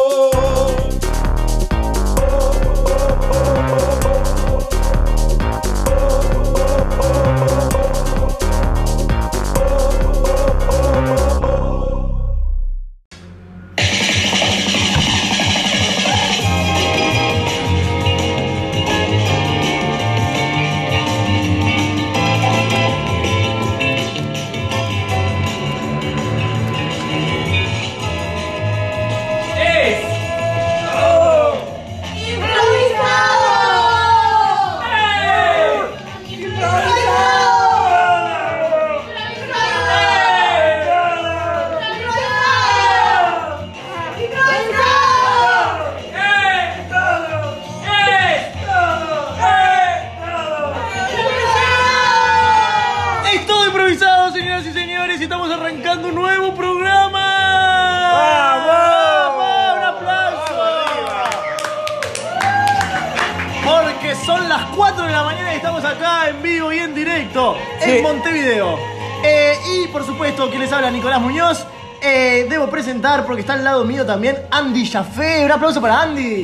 improvisado. ¡Improvisado! ¡Improvisado! ¡Improvisado! ¡Improvisado! ¡Improvisado! Es todo improvisado, señoras y señores. y Estamos arrancando un nuevo programa. ¡Vamos! ¡Un aplauso! Porque son las 4 de la mañana y estamos acá en vivo y en directo en Montevideo. Eh, y por supuesto, que les habla Nicolás Muñoz. Eh, debo presentar, porque está al lado mío también, Andy Jafé. Un aplauso para Andy.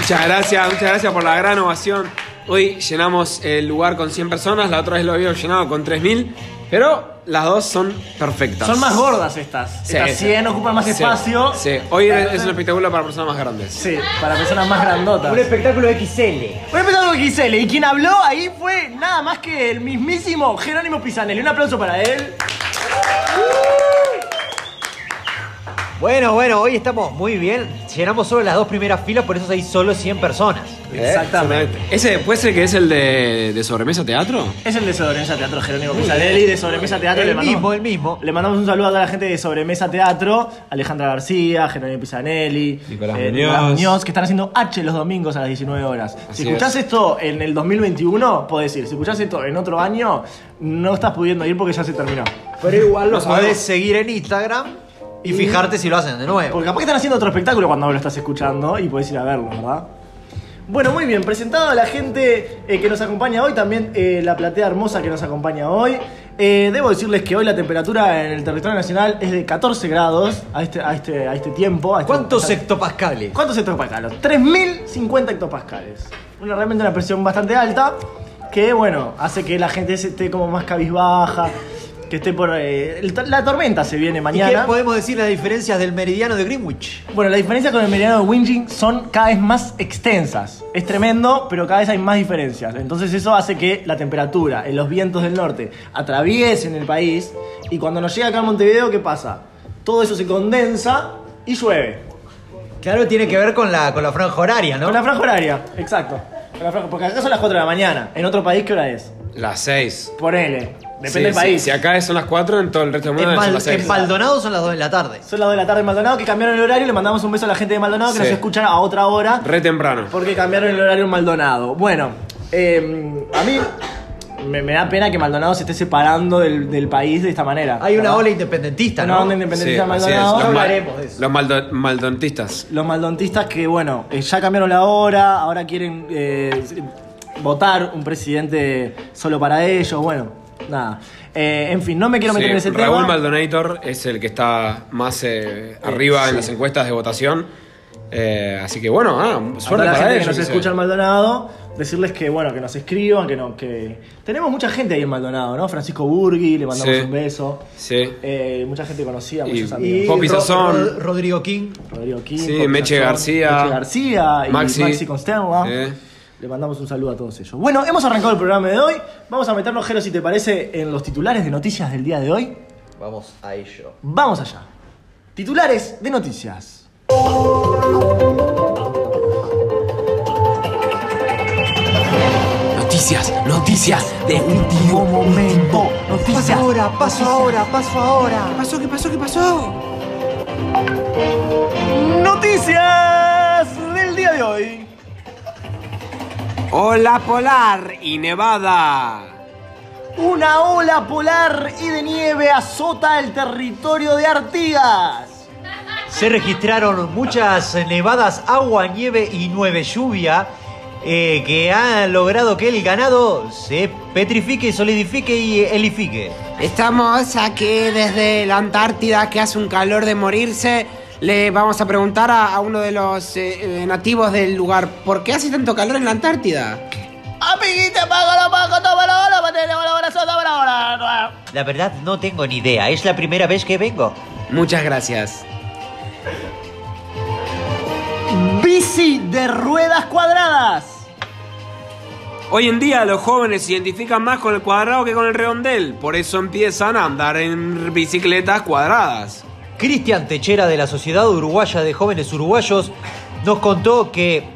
Muchas gracias, muchas gracias por la gran ovación. Hoy llenamos el lugar con 100 personas, la otra vez lo había llenado con 3.000, pero las dos son perfectas. Son más gordas estas. Sí, estas sí. 100 ocupan más Sí, espacio. Sí, hoy es un espectáculo para personas más grandes. Sí, para personas más grandotas. Un espectáculo XL. Voy a empezar con Gisele, y quien habló ahí fue nada más que el mismísimo Jerónimo Pisanelli. Un aplauso para él. Bueno, bueno, hoy estamos muy bien. Llenamos solo las dos primeras filas, por eso hay solo 100 personas. Exactamente. Eh, ¿Ese puede ser que es el de, de sobremesa teatro? Es el de Sobremesa Teatro, Jerónimo Pisanelli, de Sobremesa Teatro. le el mandamos- mismo, el mismo. Le mandamos un saludo a toda la gente de Sobremesa Teatro, Alejandra García, Jerónimo Pisanelli, eh, Nicolás Nicolás Muñoz. Muñoz, que están haciendo H los domingos a las 19 horas. Así si escuchás es. esto en el 2021, podés ir. Si escuchás esto en otro año, no estás pudiendo ir porque ya se terminó. Pero igual lo Nos podés podemos- seguir en Instagram y fijarte si lo hacen de nuevo. Porque capaz que están haciendo otro espectáculo cuando lo estás escuchando y podés ir a verlo, ¿verdad? Bueno, muy bien, presentado a la gente eh, que nos acompaña hoy, también eh, la platea hermosa que nos acompaña hoy. Eh, debo decirles que hoy la temperatura en el territorio nacional es de 14 grados a este, a este, a este tiempo. a este- ¿Cuántos hectopascales? ¿Cuántos hectopascales? 3.050 hectopascales. Una, realmente una presión bastante alta que, bueno, hace que la gente se esté como más cabizbaja, que esté por... eh, el- la tormenta se viene ¿Y mañana. qué podemos decir las diferencias del meridiano de Greenwich? Bueno, las diferencias con el meridiano de Whinging son cada vez más extensas. Es tremendo, pero cada vez hay más diferencias. Entonces eso hace que la temperatura, eh, los vientos del norte, atraviesen el país. Y cuando nos llega acá a Montevideo, ¿qué pasa? Todo eso se condensa y llueve. Claro, tiene que ver con la, con la franja horaria, ¿no? Con la franja horaria, exacto. Con la franja- porque acá son las 4 de la mañana. ¿En otro país qué hora es? Las 6. Ponele. Depende del país. Si acá son las 4, en todo el resto del mundo En, son Mal- las 6. en Maldonado son las 2 de la tarde. Son las 2 de la tarde en Maldonado, que cambiaron el horario. Le mandamos un beso a la gente de Maldonado que Sí. nos escuchan a otra hora. Re temprano. Porque cambiaron el horario en Maldonado. Bueno, eh, a mí me, me da pena que Maldonado se esté separando del, del país de esta manera. Hay una ¿verdad? ola independentista, Una ¿no? onda independentista de Sí, así es. Maldonado. Los, mal- hablaremos de eso. los maldo- maldontistas. Los maldontistas que, bueno, eh, ya cambiaron la hora, ahora quieren eh, votar un presidente solo para ellos. Bueno, nada. Eh, en fin, no me quiero meter Sí, en ese tema. Raúl Maldonator es el que está más eh, arriba en las encuestas de votación. Eh, así que bueno, ah, A toda suerte la para gente ellos. que nos qué sé escucha yo. en Maldonado, decirles que bueno, que nos escriban, que no, que. Tenemos mucha gente ahí en Maldonado, ¿no? Francisco Burgui, le mandamos Sí. un beso. Sí. Eh, mucha gente conocida, Y- muchos y- amigos. Poppy Sazón. Rodrigo King. Rodrigo King, Sí, Poppy Meche Sazón, García. Meche García y Maxi, Maxi. Consterba. Eh. Sí. Le mandamos un saludo a todos ellos. Bueno, hemos arrancado el programa de hoy. Vamos a meternos, Jero, si te parece, en los titulares de noticias del día de hoy. Vamos a ello. Vamos allá. Titulares de noticias. Noticias, noticias de último momento. Noticias. paso ahora, paso ahora. pasó? ¿Qué pasó? ¿Qué pasó? Noticias del día de hoy. Hola Polar y Nevada. Una ola polar y de nieve azota el territorio de Artigas. Se registraron muchas nevadas, agua, nieve y nueve lluvia eh, que han logrado que el ganado se petrifique, solidifique y elifique. Estamos aquí desde la Antártida, que hace un calor de morirse. Le vamos a preguntar a, a uno de los eh, eh, nativos del lugar, ¿por qué hace tanto calor en la Antártida? Amiguita, págalo, págalo, tómalo, ahora, manténlo, ahora, ahora, solo, ahora, ahora, ahora. La verdad no tengo ni idea, es la primera vez que vengo. Muchas gracias. Bici de ruedas cuadradas. Hoy en día los jóvenes se identifican más con el cuadrado que con el redondel, por eso empiezan a andar en bicicletas cuadradas. Cristian Techera de la Sociedad Uruguaya de Jóvenes Uruguayos nos contó que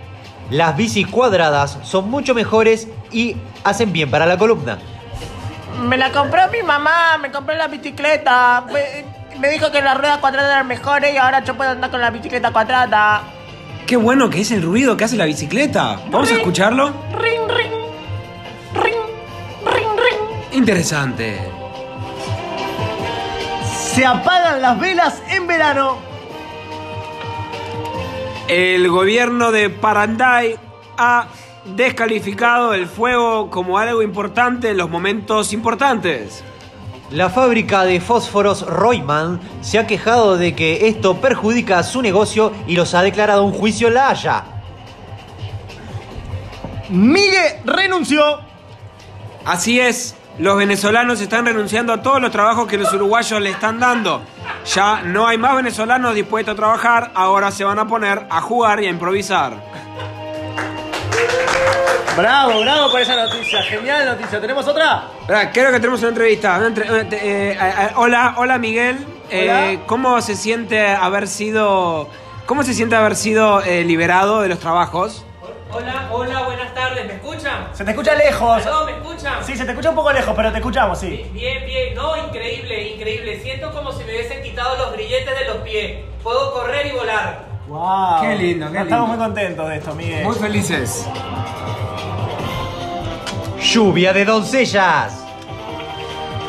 las bicis cuadradas son mucho mejores y hacen bien para la columna. Me la compró mi mamá, me compró la bicicleta. Me, me dijo que las ruedas cuadradas eran mejores y ahora yo puedo andar con la bicicleta cuadrada. Qué bueno que es el ruido que hace la bicicleta. ¿Vamos a escucharlo? Ring, ring, ring, ring, ring. Interesante. Se apagan las velas en verano. El gobierno de Parandai ha descalificado el fuego como algo importante en los momentos importantes. La fábrica de fósforos Royman se ha quejado de que esto perjudica a su negocio y los ha declarado un juicio en La Haya. Migue renunció. Así es, los venezolanos están renunciando a todos los trabajos que los uruguayos le están dando. Ya no hay más venezolanos dispuestos a trabajar, ahora se van a poner a jugar y a improvisar. Bravo, bravo por esa noticia. Genial noticia. ¿Tenemos otra? Pará, creo que tenemos una entrevista. una entre- una te- eh, a- a- hola, hola Miguel. Eh, Hola. ¿Cómo se siente haber sido, cómo se siente haber sido eh, liberado de los trabajos? Hola, hola, buenas tardes, ¿me escuchan? Se te escucha lejos. ¿Perdón, me escuchan? Sí, se te escucha un poco lejos, pero te escuchamos, sí. Bien, bien, no, increíble, increíble. Siento como si me hubiesen quitado los grilletes de los pies. Puedo correr y volar. Wow. Qué lindo, qué Estamos lindo. muy contentos de esto, Miguel. felices. Lluvia de doncellas.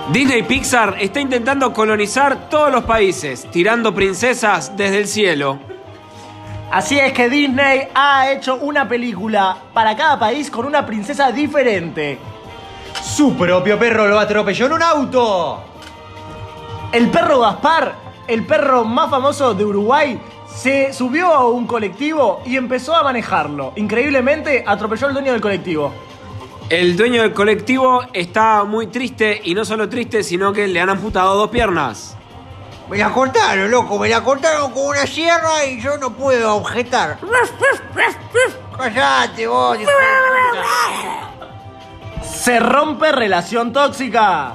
Disney Pixar está intentando colonizar todos los países, tirando princesas desde el cielo. Así es que Disney ha hecho una película para cada país con una princesa diferente. Su propio perro lo atropelló en un auto. El perro Gaspar, el perro más famoso de Uruguay, se subió a un colectivo y empezó a manejarlo. Increíblemente atropelló al dueño del colectivo. El dueño del colectivo está muy triste y no solo triste, sino que le han amputado dos piernas. Me la cortaron, loco, me la cortaron con una sierra y yo no puedo objetar. Callate vos. hijo de puta. Se rompe relación tóxica.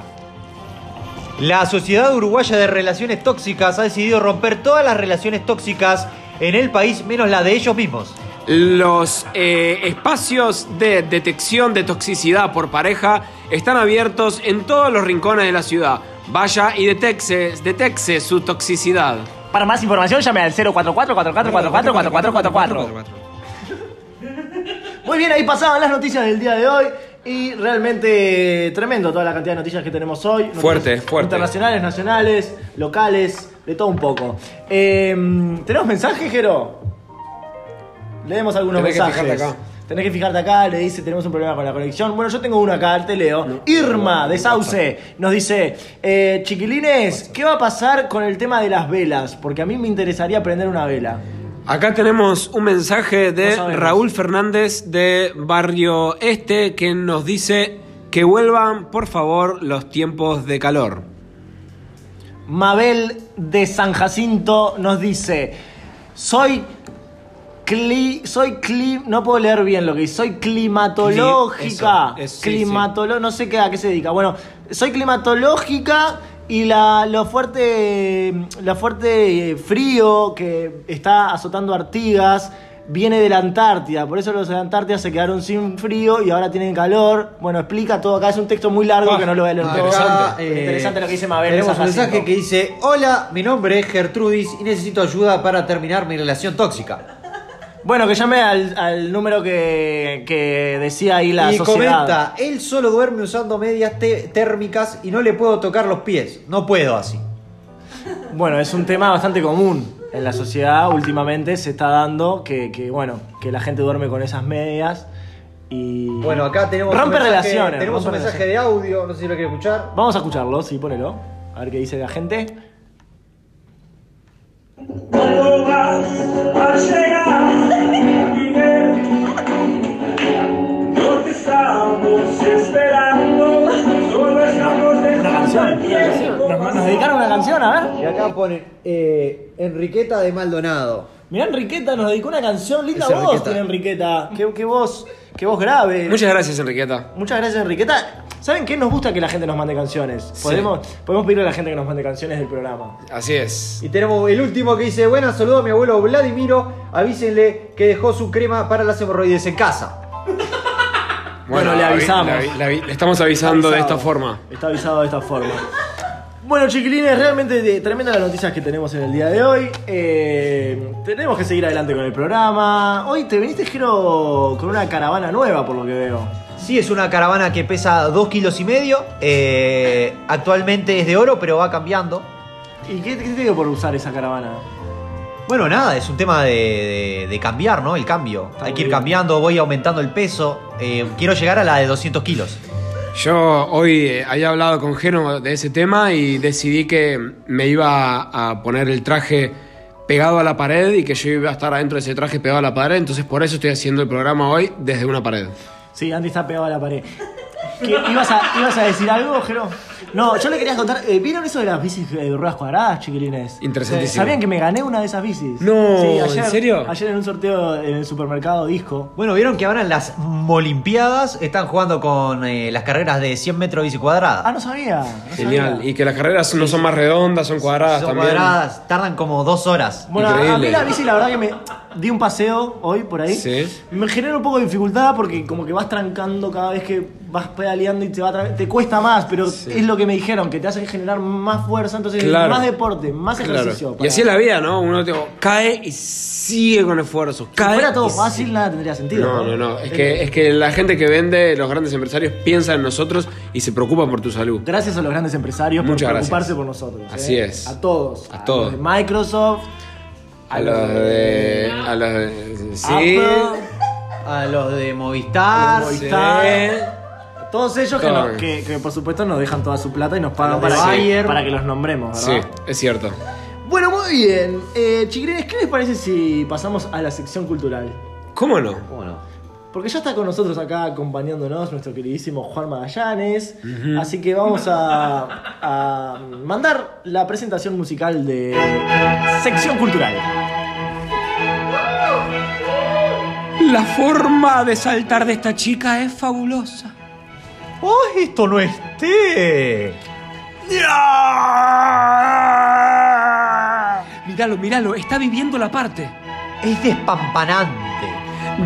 La Sociedad Uruguaya de Relaciones Tóxicas ha decidido romper todas las relaciones tóxicas en el país menos la de ellos mismos. Los eh, espacios de detección de toxicidad por pareja están abiertos en todos los rincones de la ciudad. Vaya y detecte, detecte su toxicidad. Para más información llame al 044 Muy bien, ahí pasaban las noticias del día de hoy. Y realmente eh, tremendo toda la cantidad de noticias que tenemos hoy. Noticias Fuerte, fuerte. Internacionales, nacionales, locales, de todo un poco. Eh, ¿Tenemos mensaje, Jero? Leemos algunos Tenés que mensajes. fijarte acá. Tenés que fijarte acá, le dice, tenemos un problema con la conexión. Bueno, yo tengo uno acá, te leo. Irma, de Sauce, nos dice, eh, chiquilines, ¿qué va a pasar con el tema de las velas? Porque a mí me interesaría prender una vela. Acá tenemos un mensaje de No sabemos. Raúl Fernández de Barrio Este que nos dice que vuelvan, por favor, los tiempos de calor. Mabel de San Jacinto nos dice, soy cli, soy cli, no puedo leer bien lo que dice, soy climatológica, Cli- eso, eso, sí, climatolo- no sé qué, a qué se dedica. Bueno, soy climatológica y la lo fuerte la fuerte eh, frío que está azotando Artigas viene de la Antártida, por eso los de la Antártida se quedaron sin frío y ahora tienen calor. Bueno, explica todo acá, es un texto muy largo Ah, que no lo voy a leer todo. Acá, eh, interesante lo que dice Mabel. de Tenemos San un mensaje Jacinto. que dice: Hola, mi nombre es Gertrudis y necesito ayuda para terminar mi relación tóxica. Bueno, que llame al, al número que, que decía ahí la y sociedad. comenta: Él solo duerme usando medias te- térmicas y no le puedo tocar los pies. No puedo así. Bueno, es un tema bastante común en la sociedad. Últimamente se está dando que, que, bueno, que la gente duerme con esas medias Y. Bueno, acá tenemos Rompe un mensaje, relaciones. tenemos un rompe mensaje relaciones. de audio, no sé si lo quiere escuchar. Vamos a escucharlo, sí, ponelo. A ver qué dice la gente. ¿Cómo vas a llegar y ver? No te estamos esperando, solo estamos dejando el tiempo. Nos, nos dedicaron una canción, a ver. Y acá ponen eh, Enriqueta de Maldonado. Mirá, Enriqueta nos dedicó una canción. Linda Es voz Enriqueta. tiene Enriqueta. Qué, qué voz, qué voz grave. Muchas gracias, Enriqueta. Muchas gracias, Enriqueta. ¿Saben qué? Nos gusta que la gente nos mande canciones. Podemos, podemos pedirle a la gente que nos mande canciones del programa. Así es. Y tenemos el último que dice, buenas, saludo a mi abuelo Vladimiro, avísenle que dejó su crema para las hemorroides en casa. Bueno, le la vi- avisamos. la vi- la vi- le estamos avisando de esta avisado. forma. Está avisado de esta forma. Bueno, chiquilines, realmente de- tremendas las noticias que tenemos en el día de hoy. Eh, tenemos que seguir adelante con el programa. Hoy te viniste, Jero, con una caravana nueva, por lo que veo. Sí, es una caravana que pesa 2 kilos y medio. eh, actualmente es de oro, pero va cambiando. ¿Y qué, qué te dio por usar esa caravana? Bueno, nada, es un tema de, de- de cambiar, ¿no? El cambio. Está Hay que muy ir bien. cambiando, voy aumentando el peso. eh, quiero llegar a la de 200 kilos. Yo hoy eh, había hablado con Jero de ese tema y decidí que me iba a a poner el traje pegado a la pared y que yo iba a estar adentro de ese traje pegado a la pared, entonces por eso estoy haciendo el programa hoy desde una pared. Sí, Andy está pegado a la pared. ¿Qué, ibas, a, ibas a decir algo, Jero? No, yo le quería contar. eh, ¿Vieron eso de las bicis eh, de ruedas cuadradas, chiquilines? Interesantísimo. ¿Sabían que me gané una de esas bicis? No, Sí, ¿en ayer- serio? Ayer en un sorteo en el supermercado disco. Bueno, vieron que ahora en las Olimpiadas están jugando con eh, las carreras de 100 metros bici cuadrada. Ah, no sabía. no Genial. sabía. Y que las carreras no son más redondas, son cuadradas Son también. cuadradas, tardan como dos horas. Bueno, a- a mí Increíble. la bici, la verdad que me di un paseo hoy por ahí. Sí. Me genera un poco de dificultad porque como que vas trancando cada vez que vas pedaleando y te va tra- te cuesta más, pero es lo que me dijeron, que te hace generar más fuerza, entonces Claro. más deporte, más Claro. ejercicio. Y para- así es la vida, ¿no? Uno tipo, cae y sigue con esfuerzo. Si Cae fuera todo y fácil, nada tendría sentido. Eh, No, no, no. Es que, es que la gente que vende, los grandes empresarios, piensa en nosotros y se preocupan por tu salud. Gracias a los grandes empresarios Muchas por gracias. preocuparse por nosotros. ¿eh? Así es. A todos. A todos. los de Microsoft, A los de. A los de. Sí. Apple, A los de Movistar. sí. Eh, a todos ellos que, Todos. nos- que- que por supuesto nos dejan toda su plata y nos pagan los de para que, Bayer. para que los nombremos, Sí, ¿verdad? es cierto. Bueno, muy bien. Eh, chiquilines, ¿qué les parece si pasamos a la sección cultural? ¿Cómo no? Bueno, Porque ya está con nosotros acá acompañándonos nuestro queridísimo Juan Magallanes. Así que vamos a, a mandar la presentación musical de sección cultural. La forma de saltar de esta chica es fabulosa. ¡Oh, esto no es té! Míralo, míralo, está viviendo la parte. Es despampanante.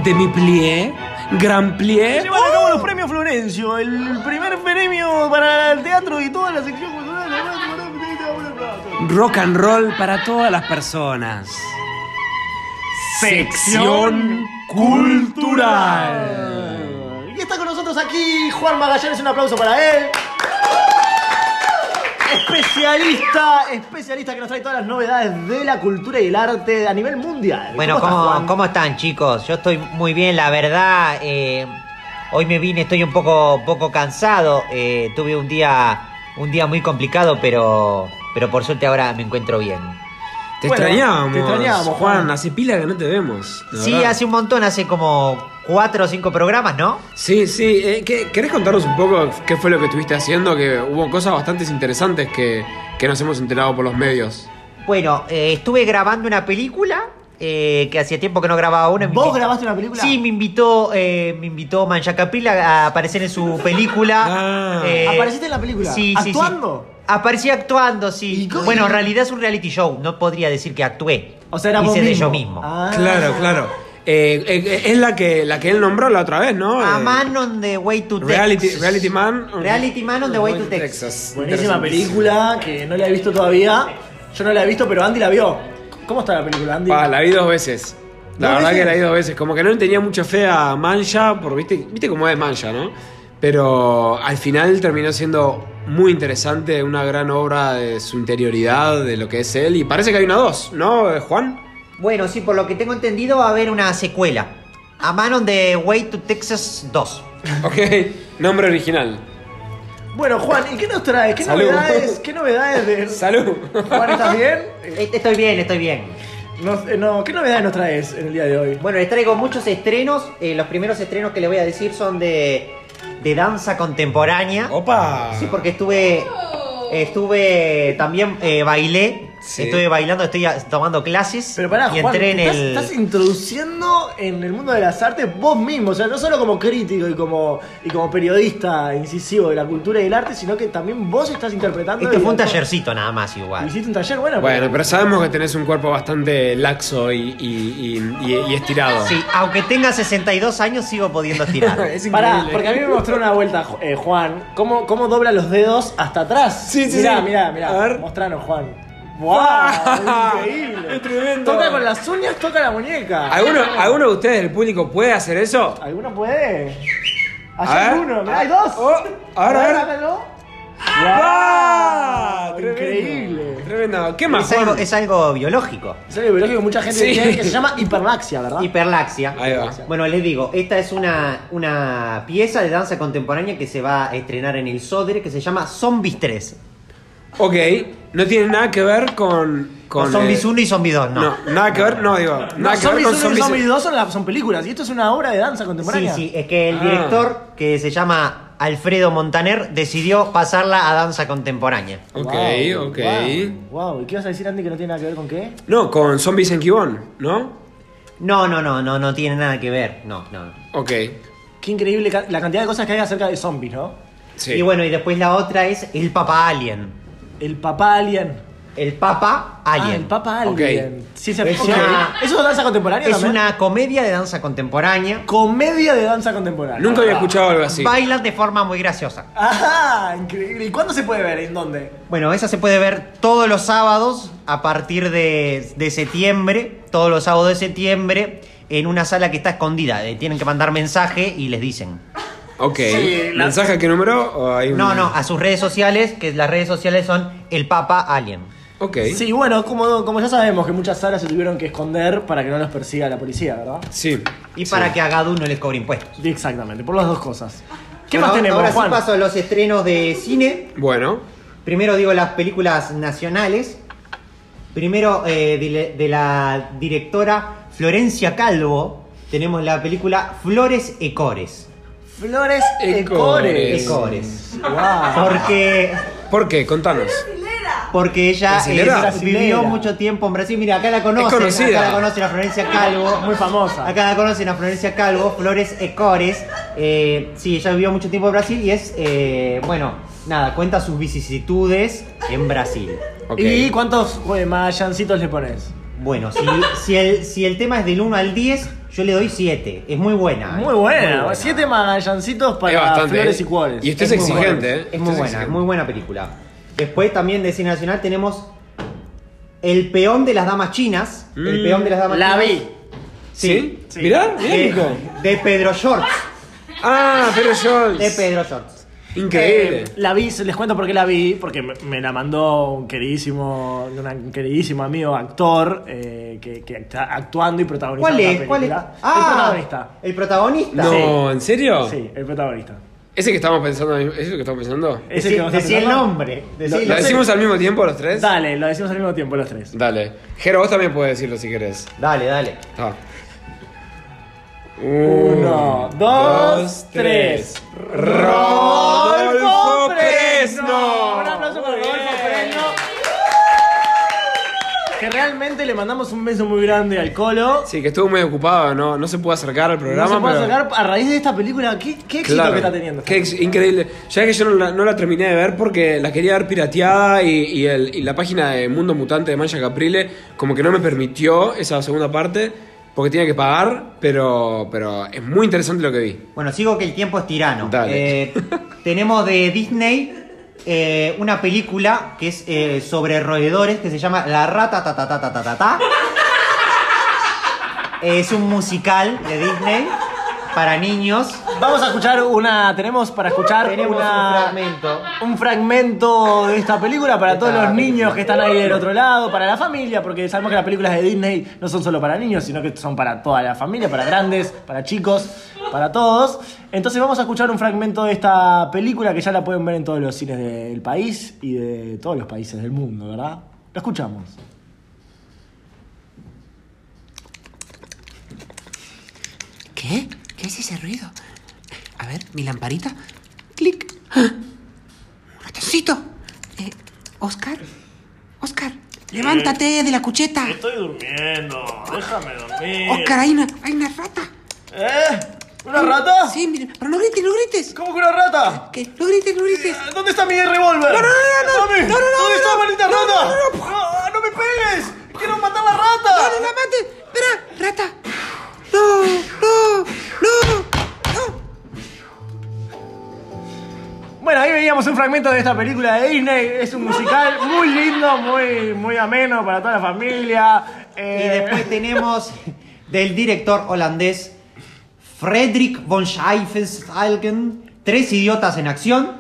De mi plié, gran plié. Se llevan a cabo los premios Florencio, el primer premio para el teatro y toda la sección cultural. ¿eh? Rock and roll para todas las personas. Sección cultural. Y está con nosotros aquí Juan Magallanes, un aplauso para él. Especialista, especialista que nos trae todas las novedades de la cultura y el arte a nivel mundial. Bueno, ¿Cómo estás, Juan? ¿cómo, cómo están, chicos? Yo estoy muy bien, la verdad. eh, hoy me vine, estoy un poco, poco cansado. eh, tuve un día, un día muy complicado, pero, pero por suerte ahora me encuentro bien. Te Bueno, extrañamos. te extrañamos, Juan. Juan. Hace pila que no te vemos. la Sí, verdad. hace un montón, hace como cuatro o cinco programas, ¿no? Sí, sí. eh, ¿qué- ¿Querés contarnos un poco qué fue lo que estuviste haciendo? Que hubo cosas bastante interesantes que, que nos hemos enterado por los medios. Bueno, eh, estuve grabando una película eh, que hacía tiempo que no grababa una. Me ¿Vos invitó- grabaste una película? Sí, me invitó, eh, me invitó Mancha Capila a aparecer en su película. Eh, Ah. ¿Apareciste en la película? Sí, sí, sí. ¿Actuando? Aparecí actuando, sí. ¿Y cómo- Bueno, en realidad es un reality show. No podría decir que actué. O sea, era Hice vos de mismo. yo mismo. Ah. Claro, claro. Eh, eh, eh, es la que, la que él nombró la otra vez, ¿no? A Ah, Eh, Man on the Way to Texas. Reality, Reality Man. Reality Man on the Way to Texas. Buenísima película que no la he visto todavía. Yo no la he visto, pero Andy la vio. ¿Cómo está la película, Andy? Pa, Ah, la vi dos veces. La ¿Dos verdad veces? que la vi dos veces. Como que no le tenía mucha fe a Mancha, por, ¿viste, viste cómo es Mancha, ¿no? Pero al final terminó siendo muy interesante, una gran obra de su interioridad, de lo que es él. Y parece que hay una dos, ¿no, eh, Juan? Bueno, sí, por lo que tengo entendido va a haber una secuela. A Man on the Way to Texas 2. Ok, nombre original. Bueno, Juan, ¿y qué nos traes? ¿Qué Salud. novedades? ¿Qué novedades de. Salud. Juan, ¿estás bien? Eh, Estoy bien, estoy bien. No, eh, no, ¿Qué novedades nos traes en el día de hoy? Bueno, les traigo muchos estrenos. Eh, los primeros estrenos que les voy a decir son de, de danza contemporánea. Opa. Sí, porque estuve. Estuve. También eh, bailé. Sí. Estuve bailando, estoy a- tomando clases. Pero pará, y Ah, Juan, entré en te estás, el. estás introduciendo en el mundo de las artes vos mismo, o sea, no solo como crítico y como, y como periodista incisivo de la cultura y del arte, sino que también vos estás interpretando. Este y- fue un tallercito nada más, igual. Hiciste un taller, bueno. Bueno, pero sabemos que tenés un cuerpo bastante laxo y, y- y- y- y estirado. Sí, aunque tenga 62 años, sigo pudiendo estirar. Es Pará, increíble. porque a mí me mostró una vuelta, Ju- eh, Juan, cómo, cómo dobla los dedos hasta atrás. Sí, sí, mirá, sí. Mirá, mirá, A ver. Mostranos, Juan. ¡Wow! increíble. Es tremendo. Toca con las uñas, toca la muñeca. ¿Alguno, ¿Alguno de ustedes del público puede hacer eso? ¿Alguno puede? A Allá hay ver. uno, mirá, hay dos. Oh, a ver, a ver. hágalo. ¡Ah! ¡Guau! Tremendo. Increíble. Tremendo. ¿Qué más, Es algo, Juan? es algo biológico. Es algo biológico que mucha gente Sí. tiene que se llama hipermaxia, ¿verdad? Hiperlaxia. Ahí va. Bueno, les digo, esta es una, una pieza de danza contemporánea que se va a estrenar en el Sodre que se llama Zombies 3. Ok, no tiene nada que ver con... con Con zombies eh, 1 y Zombies 2, no. No, nada que ver, no digo, nada No, que ver zombies con 1 y zombies. zombies 2 son, las- son películas y esto es una obra de danza Sí, contemporánea. sí, es que el Ah. director, que se llama Alfredo Montaner, decidió pasarla a danza contemporánea. Ok, Guau, ok. guau, guau. ¿y qué vas a decir, Andy, que no tiene nada que ver con qué? No, con zombies en Kibón, ¿no? No, no, no, no, no tiene nada que ver. No, no. Ok, Qué increíble ca- la cantidad de cosas que hay acerca de zombies, ¿no? sí. Y bueno, y después la otra es el Papa Alien. El papá alien. El Papa Alien. Ah, el papá Ok. alien. Ciencia Es ficción. una- ¿Eso es danza contemporánea es también? una comedia de danza contemporánea. comedia de danza contemporánea. Nunca había escuchado algo así. Bailan de forma muy graciosa. Ah. Ajá, increíble. ¿Y cuándo se puede ver? ¿En dónde? Bueno, esa se puede ver todos los sábados a partir de, de septiembre, todos los sábados de septiembre, en una sala que está escondida. Eh, tienen que mandar mensaje y les dicen. Ok, Sí, la- ¿mensaje a qué número? ¿O hay un- No, no, a sus redes sociales, que las redes sociales son el Papa Alien. Ok. Sí, bueno, como, como ya sabemos que muchas salas se tuvieron que esconder para que no los persiga la policía, ¿verdad? Sí. Y para que a Gadu no les cobre impuestos. Exactamente, por las dos cosas. ¿Qué Bueno, más tenemos, Ahora Juan? sí paso a los estrenos de cine. Bueno, Primero digo las películas nacionales. Primero eh, de, de la directora Florencia Calvo tenemos la película Flores e Cores. Flores Ecores. Ecores. Ecores. Guau. Porque, Ah. ¿por qué? Contanos. porque ella eh, Brasilera. vivió Brasilera. mucho tiempo en Brasil. Mira, acá la conocen. conocida. Acá la conocen a Florencia Calvo. Muy famosa. Acá la conocen a Florencia Calvo, Flores Ecores. Eh, sí, ella vivió mucho tiempo en Brasil y es, eh, bueno, nada, cuenta sus vicisitudes en Brasil. Ok. ¿Y cuántos eh, mayancitos le pones? Bueno, si, si, el, si el tema es del 1 al 10, yo le doy 7. Es muy buena. Muy buena. Siete mayancitos Es para bastante, flores ¿eh? y cuores. Y usted es, muy exigente, buena. ¿eh? Es muy Usted buena, exigente. muy buena película. Después también de cine nacional tenemos El peón de las damas chinas. el Mm, peón de las damas la chinas. vi. ¿Sí? Sí. Mirá, mirá, Nico. De, de Pedro Shorts. Ah, pero yo. De Pedro Shorts. Increíble. Eh, la vi, les cuento por qué la vi, porque me, me la mandó un queridísimo, una- un queridísimo amigo actor eh, que, que está actuando y protagonizando ¿Cuál la es? película. ¿Cuál es? Ah, el protagonista. El protagonista. no, ¿en serio? Sí, el protagonista. ¿Ese que estamos pensando? ¿Es el que estamos pensando? ¿Es Decí- que vos estás decí el pensando? nombre, decí Lo- el ¿Lo lo sé. decimos al mismo tiempo los tres? Dale, lo decimos al mismo tiempo los tres. Dale. Jero, vos también puedes decirlo si querés. Dale, dale. Ah. Uno, dos, tres. Rodolfo Fresno. Un aplauso para Rodolfo Fresno. Que realmente le mandamos un beso muy grande al Colo. Sí, que estuvo muy ocupado, no, no se pudo acercar al No programa. se puede pero- sacar a raíz de esta película. ¿Qué, qué éxito Claro. que está teniendo? Qué ex- increíble. Ya que yo no la, no la terminé de ver porque la quería ver pirateada y, y el- y la página de Mundo Mutante de Maya Caprile como que no me permitió esa segunda parte porque tenía que pagar, pero, pero es muy interesante lo que vi. Bueno, sigo que el tiempo es tirano. Dale. Eh, tenemos de Disney eh, una película que es eh, sobre roedores que se llama La Rata ta ta ta ta ta ta ta. Es un musical de Disney para niños Vamos a escuchar una. Ah, Tenemos para escuchar Tenemos una- un fragmento. un fragmento de esta película para todos esta los película. niños que están ahí del otro lado, para la familia, porque sabemos que las películas de Disney no son solo para niños, sino que son para toda la familia, para grandes, para chicos, para todos. Entonces vamos a escuchar un fragmento de esta película que ya la pueden ver en todos los cines del país y de todos los países del mundo, ¿verdad? Lo escuchamos. ¿Qué? ¿Qué es ese ruido? A ver, mi lamparita. Clic. ¡Ah! ¡Un ratoncito! Eh, Oscar. Oscar, levántate de la cucheta. Estoy durmiendo, déjame Eh. Oh, dormir. Oscar, hay una, hay una rata. ¿Eh? ¿Una rata? Sí, mira, pero no grites, no grites. ¿Cómo que una rata? Eh, ¿Qué? No grites, no grites. ¿Dónde está mi revólver? No, no, no, no, no. Tommy, No, no, no, ¿Dónde no, está, no. maldita No, no, rata? no, ¡Ah, ¡No me pegues! ¡Quiero matar a la rata! No, no la mates. Espera, rata. No, no, no, no. Bueno, ahí veíamos un fragmento de esta película de Disney. Es un musical muy lindo, muy, muy ameno para toda la familia. Y Eh, después tenemos del director holandés Fredrik von Scheifensteigen, Tres idiotas en acción.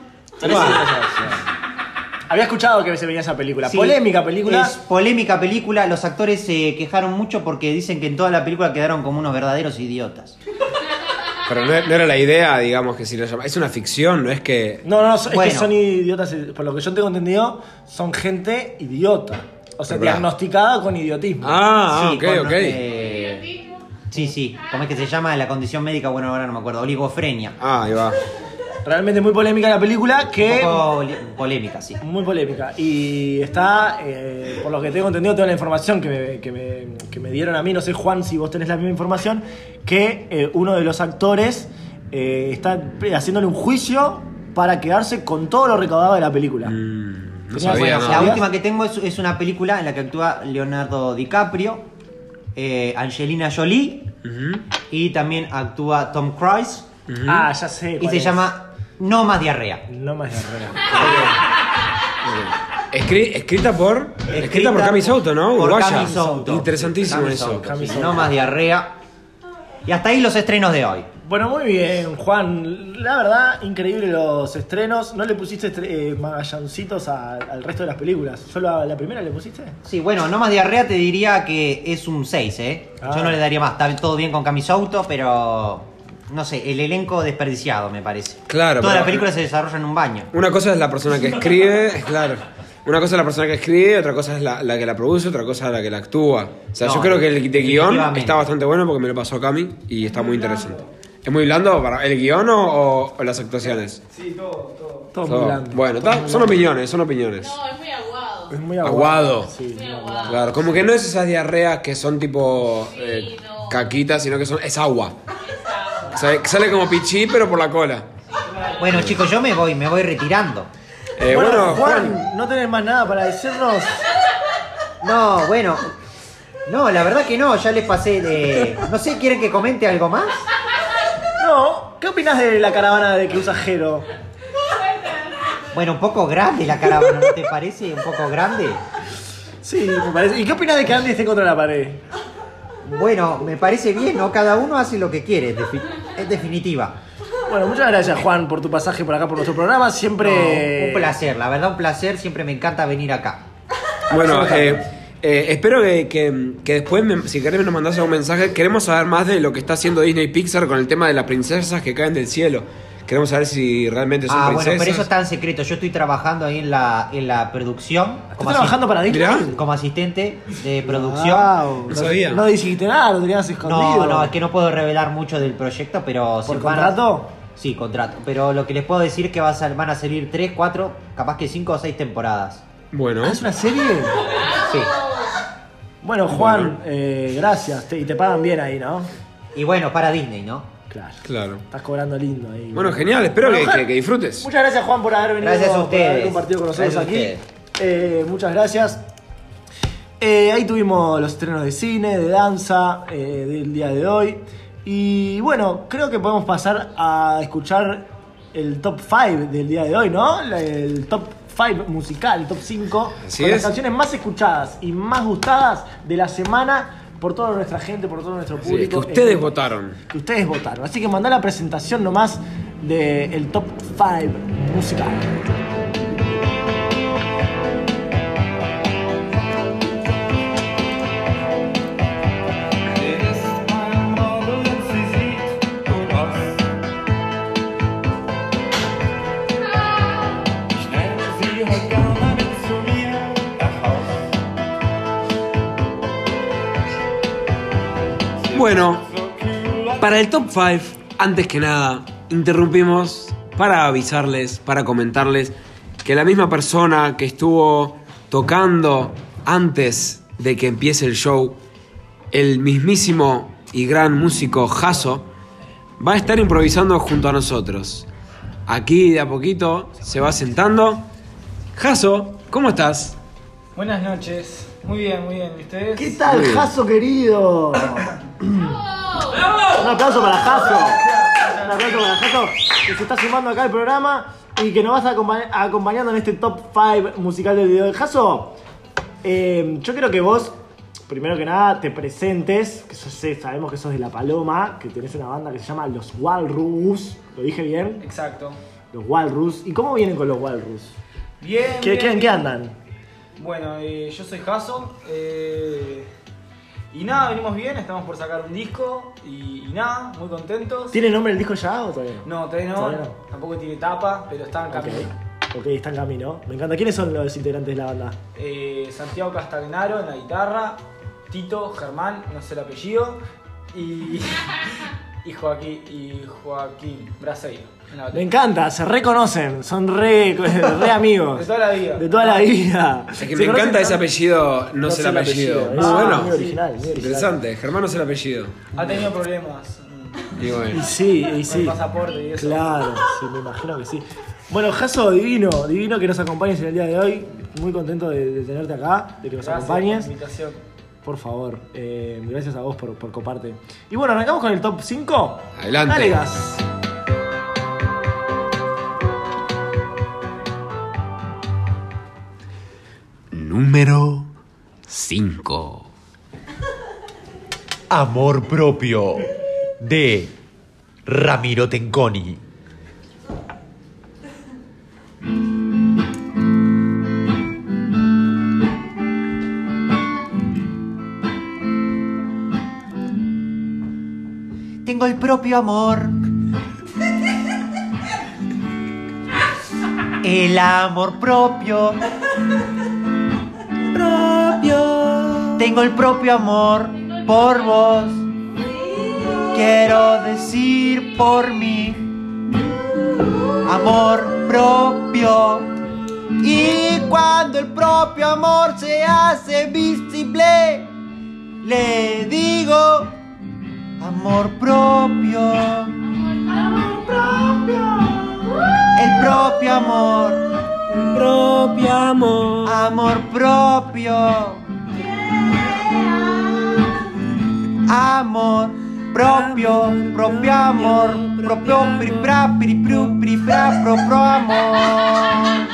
Había escuchado que se venía esa película. Sí, Polémica película. Es polémica película. Los actores se quejaron mucho porque dicen que en toda la película quedaron como unos verdaderos idiotas. Pero no, no era la idea, digamos, que si lo llama. Es una ficción, no es que. No, no, es que Bueno. son idiotas. Por lo que yo tengo entendido, son gente idiota. O sea, Pero pará. diagnosticada con idiotismo. Ah, ok, con, ok. eh, sí, sí. ¿Cómo es que se llama la condición médica? Bueno, ahora no me acuerdo. Oligofrenia. Ah, ahí va. Realmente muy polémica la película que... Un poco oli- polémica, sí. Muy polémica. Y está, eh, por lo que tengo entendido, toda la información que me, que me- que me dieron a mí, no sé Juan si vos tenés la misma información, que eh, uno de los actores eh, está haciéndole un juicio para quedarse con todo lo recaudado de la película. Mm, Tenía- no sabía, bueno, no. La ¿Sabías? última que tengo es, es una película en la que actúa Leonardo DiCaprio, eh, Angelina Jolie Ujú. y también actúa Tom Cruise Ah, ya sé. y cuál se es. llama No más diarrea. No más de la rueda. Eh, Escri- escrita por. Escrita, por Cami Souto, ¿no? Por Uruguaya. Cami Souto. Interesantísimo Cami eso. Souto, Cami sí, Souto. No más diarrea. Y hasta ahí los estrenos de hoy. Bueno, muy bien, Juan. La verdad, increíble los estrenos. ¿No le pusiste estre- eh, magallancitos a- al resto de las películas? ¿Solo a la primera le pusiste? Sí, bueno, No más diarrea te diría que es un 6, ¿eh? Ah. Yo no le daría más. Está todo bien con Camisauto, pero no sé, el elenco desperdiciado, me parece. Claro, Toda pero- la película se desarrolla en un baño. Una cosa es la persona que escribe, claro. Una cosa es la persona que escribe, otra cosa es la, la que la produce, otra cosa es la que la actúa. O sea, No, yo creo que el de guión definitivamente. está bastante bueno porque me lo pasó Cami y está muy interesante. ¿Es muy blando para el guión o, o- o las actuaciones? Todo Todo. muy blando. Bueno, Todo ta- muy son blando. opiniones, son opiniones. No, es muy aguado. Es muy Aguado. Sí, Muy muy aguado. aguado. Claro, como que no es esas diarreas que son tipo eh, no. caquitas, sino que son es agua. Sale, sale como pichí, pero por la cola. Bueno, chicos, yo me voy, me voy retirando. Eh, bueno, bueno, Juan, Juan, no tenés más nada para decirnos. No, bueno. No, la verdad que no, ya les pasé de. No sé, ¿quieren que comente algo más? No, ¿qué opinas de la caravana de que usa Jero? Bueno, un poco grande la caravana, ¿no te parece? Un poco grande. Sí, me parece. ¿Y qué opinas de que Andy esté contra la pared? Bueno, me parece bien, ¿no? Cada uno hace lo que quiere, en defi- en definitiva. Bueno, muchas gracias, Juan, por tu pasaje por acá por nuestro programa. Siempre. No, un placer, la verdad, un placer, siempre me encanta venir acá. bueno, eh, eh, espero que, que- que después, me- si querés, nos mandás algún mensaje. Queremos saber más de lo que está haciendo Disney Pixar con el tema de las princesas que caen del cielo. Queremos saber si realmente son Ah, bueno, princesas. pero eso está en secreto. Yo estoy trabajando ahí en la, en la producción. ¿Estás trabajando para Disney? Mirá. como asistente de producción. Wow, No sabía. No dijiste nada, lo tenías escondido. No, no, es que no puedo revelar mucho del proyecto, pero... ¿Por se van a- contrato? Sí, contrato. Pero lo que les puedo decir es que va a sal- van a salir 3, 4, capaz que 5 o 6 temporadas. Bueno, ¿Ah, ¿Es una serie? Sí. Bueno, Juan, eh, gracias. Te- y te pagan bien ahí, ¿no? Y bueno, para Disney, ¿no? Claro. claro. Estás cobrando lindo ahí. Bueno, genial, espero Bueno, que, Juan, que- que disfrutes. Muchas gracias Juan por haber venido, Gracias a por haber ustedes. compartido con nosotros Gracias a aquí. Eh, muchas gracias. Eh, ahí tuvimos los estrenos de cine, de danza, eh, del día de hoy. Y bueno, creo que podemos pasar a escuchar el top 5 del día de hoy, ¿no? La- El top 5 musical, el top 5, Así con es. las canciones más escuchadas y más gustadas de la semana por toda nuestra gente, por todo nuestro público. Sí, que ustedes Eh, votaron. Que ustedes votaron. Así que mandá la presentación nomás del top 5 musical. Bueno, para el top 5, antes que nada, interrumpimos para avisarles, para comentarles que la misma persona que estuvo tocando antes de que empiece el show, el mismísimo y gran músico Jaso, va a estar improvisando junto a nosotros. Aquí de a poquito se va sentando. Jaso, ¿cómo estás? Buenas noches. Muy bien, muy bien. ¿Y ustedes? ¿Qué tal, bien. Jaso querido? Un aplauso para Jaso. Un aplauso para Jaso que se está sumando acá al programa y que nos vas a acompa- acompañando en este top 5 musical del video. Jaso, eh, yo creo que vos, primero que nada, te presentes, que sos- eh, sabemos que sos de La Paloma, que tenés una banda que se llama Los Walrus. ¿Lo dije bien? Exacto. Los Walrus. ¿Y cómo vienen con los Walrus? Bien. ¿Qué, bien, qué, ¿En qué bien. andan? Bueno, eh, yo soy Jaso. eh, y nada, venimos bien. Estamos por sacar un disco. Y, y nada, muy contentos. ¿Tiene nombre el disco ya o todavía no? No, todavía no. Todavía no. Tampoco tiene tapa, pero está en Ok, camino. ok, está en camino. Me encanta. ¿Quiénes son los integrantes de la banda? Eh, Santiago Castagnaro en la guitarra. Tito, Germán, no sé el apellido. Y, y Joaquín, y Joaquín Braseiro en la Me batería. encanta, se reconocen, son re, re amigos. De toda la vida. De toda la vida. Es que Se me conocen encanta ese tanto. apellido, no sé el apellido. Muy Ah, muy bueno. original, muy original. Interesante, Germán no sé el apellido. Ha tenido problemas. mm, Y bueno. Y sí, y Con el sí. pasaporte y eso. Claro, sí, me imagino que sí. Bueno, Jaso, divino, divino que nos acompañes en el día de hoy. Muy contento de, de tenerte acá, de que nos Gracias por acompañes. la invitación. Por favor, eh, gracias a vos por, por coparte. Y bueno, arrancamos con el top 5. Adelante. Dale, gas. Número 5. Amor propio de Ramiro Tenconi. Tengo el propio amor. El amor propio. Propio. Tengo el propio amor por vos. Quiero decir por mí. Amor propio. Y cuando el propio amor se hace visible, le digo amor propio. El propio amor. propio amor. Amor propio. Amor propio, propio amor, propio pri pra pri pru pri pra pro pro amor.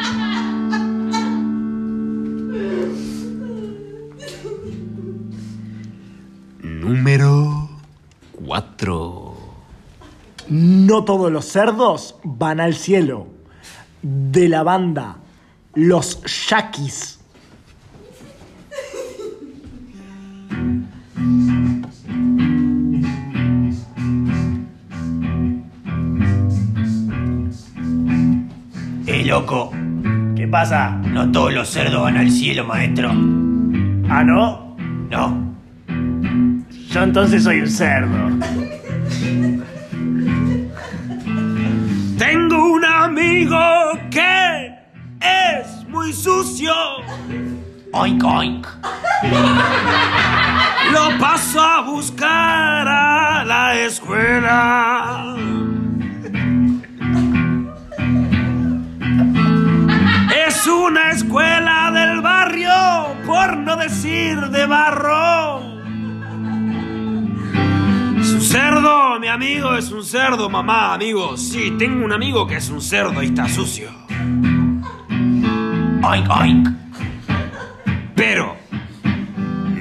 Número 4. No todos los cerdos van al cielo. De la banda, los Shakis. Eh, loco. ¿Qué pasa? No todos los cerdos van al cielo, maestro. Ah, no. No. Yo entonces soy un cerdo. Tengo un amigo que es muy sucio. Oink, oink. Lo paso a buscar a la escuela. Es una escuela del barrio, por no decir de barro. Es un cerdo, mi amigo es un cerdo, mamá, amigo. Sí, tengo un amigo que es un cerdo y está sucio. Oink, oink. Pero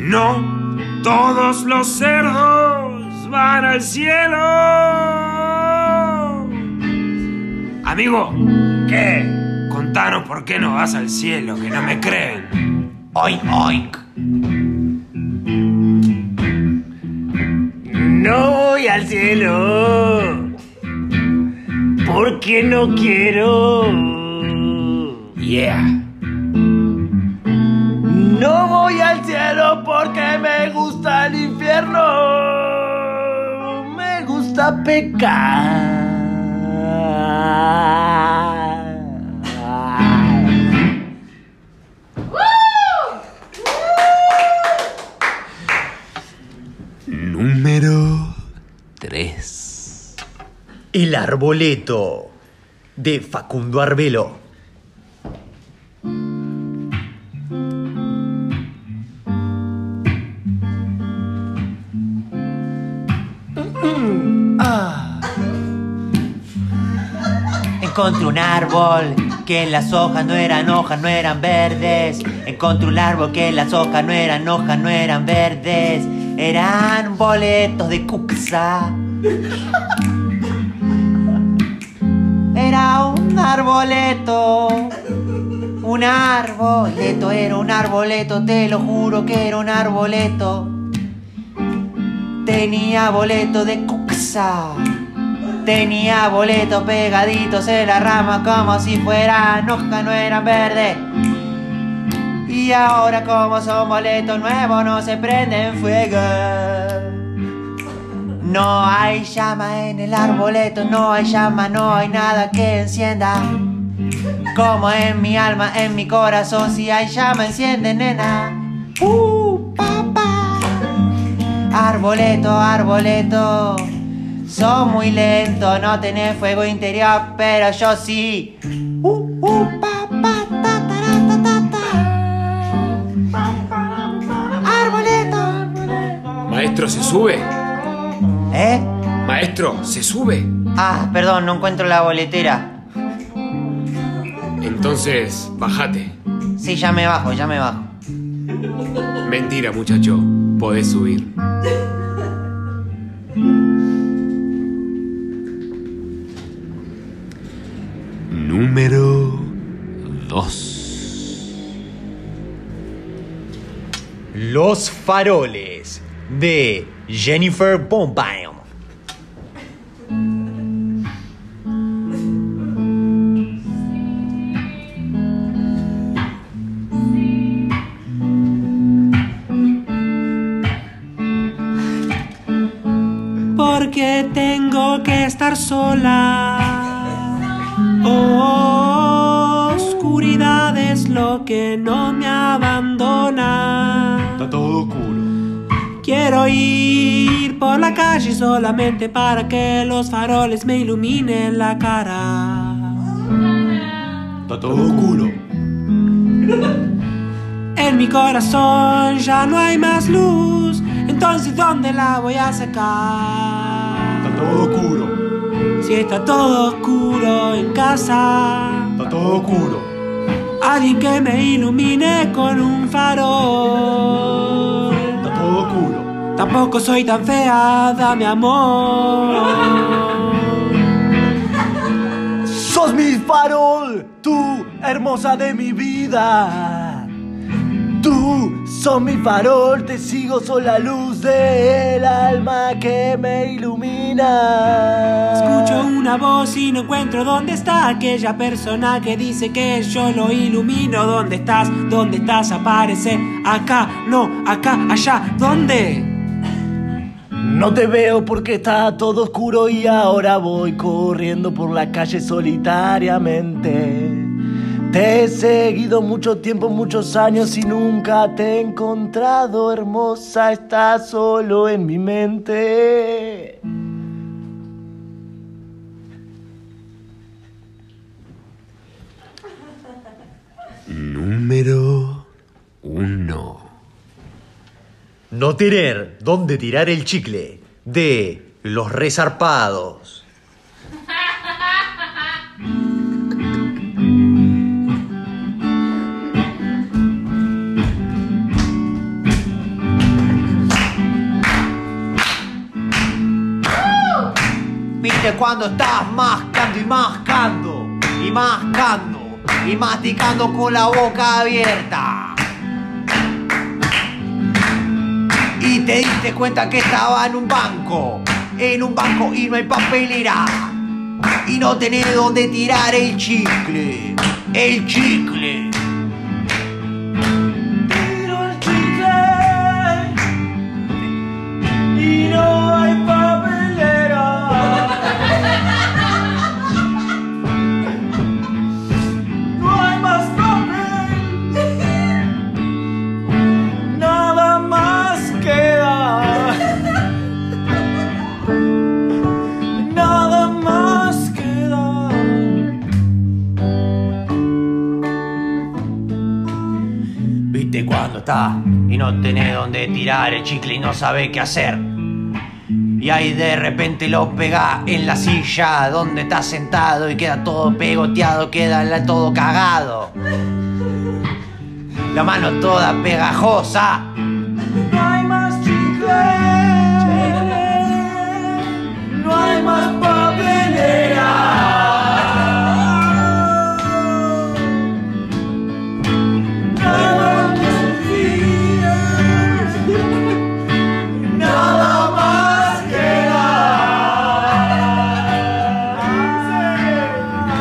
no Todos los cerdos van al cielo. Amigo, ¿qué? Contanos por qué no vas al cielo, que no me creen. Oink, oink. No voy al cielo. Porque no quiero. Yeah. No voy al cielo porque me gusta el infierno. Me gusta pecar. Número 3. El arboleto de Facundo Arbelo. Ah. Encontré un árbol que las hojas no eran hojas, no eran verdes. Encontré un árbol que las hojas no eran hojas, no eran verdes. Eran boletos de cuxa. Era un arboleto. Un arboleto, era un arboleto, te lo juro que era un arboleto. Tenía boleto de cuxa. Tenía boletos pegaditos en la rama como si fueran hojas, no eran verdes. Y ahora como son boletos nuevos no se prenden fuego. No hay llama en el arboleto, no hay llama, no hay nada que encienda. Como en mi alma, en mi corazón, si hay llama, enciende, nena. Uh, papá. Arboleto, arboleto. Sos muy lento, no tenés fuego interior, pero yo sí. Uh, Maestro, ¿se sube? ¿Eh? Maestro, ¿se sube? Ah, perdón, no encuentro la boletera. Entonces, bajate. Sí, ya me bajo, ya me bajo. Mentira, muchacho. Podés subir. Número 2. Los faroles de Jennifer Bonbaum. Porque tengo que estar sola. Oh, oscuridad es lo que no me abandona. Está todo culo. Quiero ir por la calle solamente para que los faroles me iluminen la cara. Está todo culo. En mi corazón ya no hay más luz, entonces ¿dónde la voy a sacar? Está todo oscuro. Si está todo oscuro en casa, Está todo oscuro. alguien que me ilumine con un farol. Está todo oscuro. Tampoco soy tan fea, dame amor. Sos mi farol, tú, hermosa de mi vida. Tú sos mi farol, te sigo, sos la luz del alma que me ilumina. Escucho una voz y no encuentro dónde está aquella persona que dice que yo lo ilumino. ¿Dónde estás? ¿Dónde estás? Aparece acá, no, acá, allá. ¿Dónde? No te veo porque está todo oscuro y ahora voy corriendo por la calle solitariamente. Te he seguido mucho tiempo, muchos años y nunca te he encontrado, hermosa, estás solo en mi mente. Número 1. No tener dónde tirar el chicle de los resarpados. Viste cuando estás mascando y mascando y mascando y masticando con la boca abierta. Y te diste cuenta que estaba en un banco, en un banco y no hay papelera. Y no tenés dónde tirar el chicle, el chicle. Tiro el chicle y no hay papelera. No hay más papel, nada más queda. Nada más queda. Viste cuando está y no tenés dónde tirar el chicle y no sabés qué hacer. Y ahí de repente lo pegás en la silla donde estás sentado y queda todo pegoteado, queda la- todo cagado. La mano toda pegajosa. No hay más chicle, no hay más papelera. Nada más días, nada más queda. No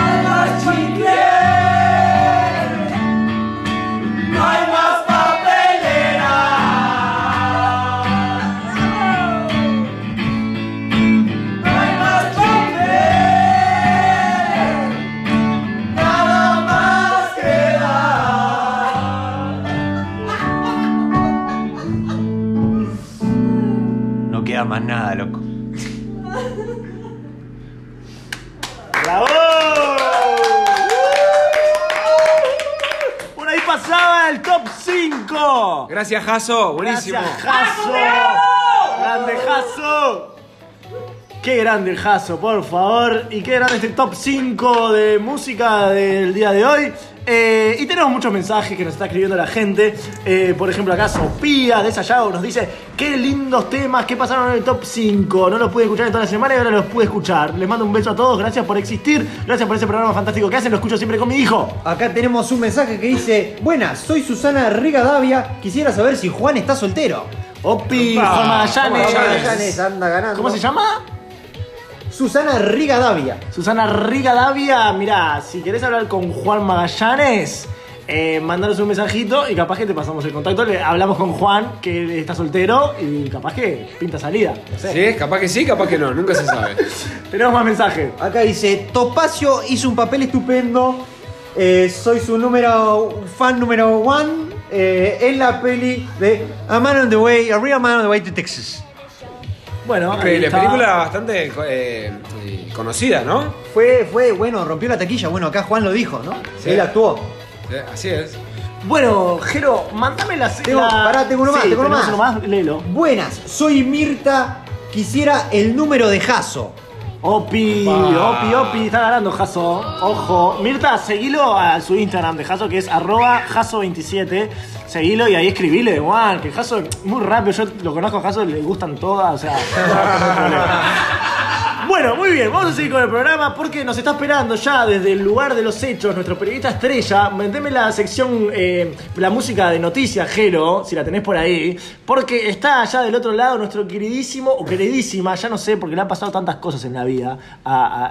hay más chicle. No hay más papelera. No hay más papel. Nada más No queda más nada, loco. ¡Bravo! Bueno, ahí pasaba el top 5. Gracias, Jaso. Buenísimo. Gracias, Jaso. Grande Jaso. Qué grande Jaso, por favor. Y qué grande este top 5 de música del día de hoy. Eh, y tenemos muchos mensajes que nos está escribiendo la gente. Eh, por ejemplo, acá Sofía de Sayago nos dice: Qué lindos temas que pasaron en el top 5. No los pude escuchar en toda la semana y ahora los pude escuchar. Les mando un beso a todos. Gracias por existir. Gracias por ese programa fantástico que hacen. Lo escucho siempre con mi hijo. Acá tenemos un mensaje que dice, buenas, soy Susana Rigadavia, quisiera saber si Juan está soltero. Opi, Juan Magallanes. ¿Cómo se llama? Susana Rigadavia. Susana Rigadavia, mirá, si querés hablar con Juan Magallanes, eh, mandanos un mensajito y capaz que te pasamos el contacto. Le hablamos con Juan, que está soltero y capaz que pinta salida. no sé. Sí, capaz que sí, capaz que no, nunca se sabe. Tenemos más mensajes. Acá dice, Topacio hizo un papel estupendo. eh, soy su número fan número one eh, en la peli de A Man on the Way, A Real Man on the Way to Texas. Bueno, Increíble, película bastante eh, eh, conocida, ¿no? Fue, fue, bueno, rompió la taquilla. Bueno, acá Juan lo dijo, ¿no? Sí. Él actuó. Sí, Eh, así es. Bueno, Jero, mandame la... Tengo, la- pará, tengo uno más, Sí, tengo uno tenemos más. léelo. Buenas, soy Mirta. Quisiera el número de Jaso. Opi, opi, opi, está ganando Jaso. Ojo. Mirta, seguilo a su Instagram de Jaso, que es arroba Jaso27. Seguilo y ahí escribile, igual, que Jaso es muy rápido. Yo lo conozco a Jaso, le gustan todas, o sea. no va a tener problema. Bueno, muy bien, vamos a seguir con el programa porque nos está esperando ya desde el lugar de los hechos nuestro periodista estrella. Meteme la sección, eh, la música de noticias, Jero, si la tenés por ahí, porque está allá del otro lado nuestro queridísimo o queridísima, ya no sé, porque le han pasado tantas cosas en la vida a, a-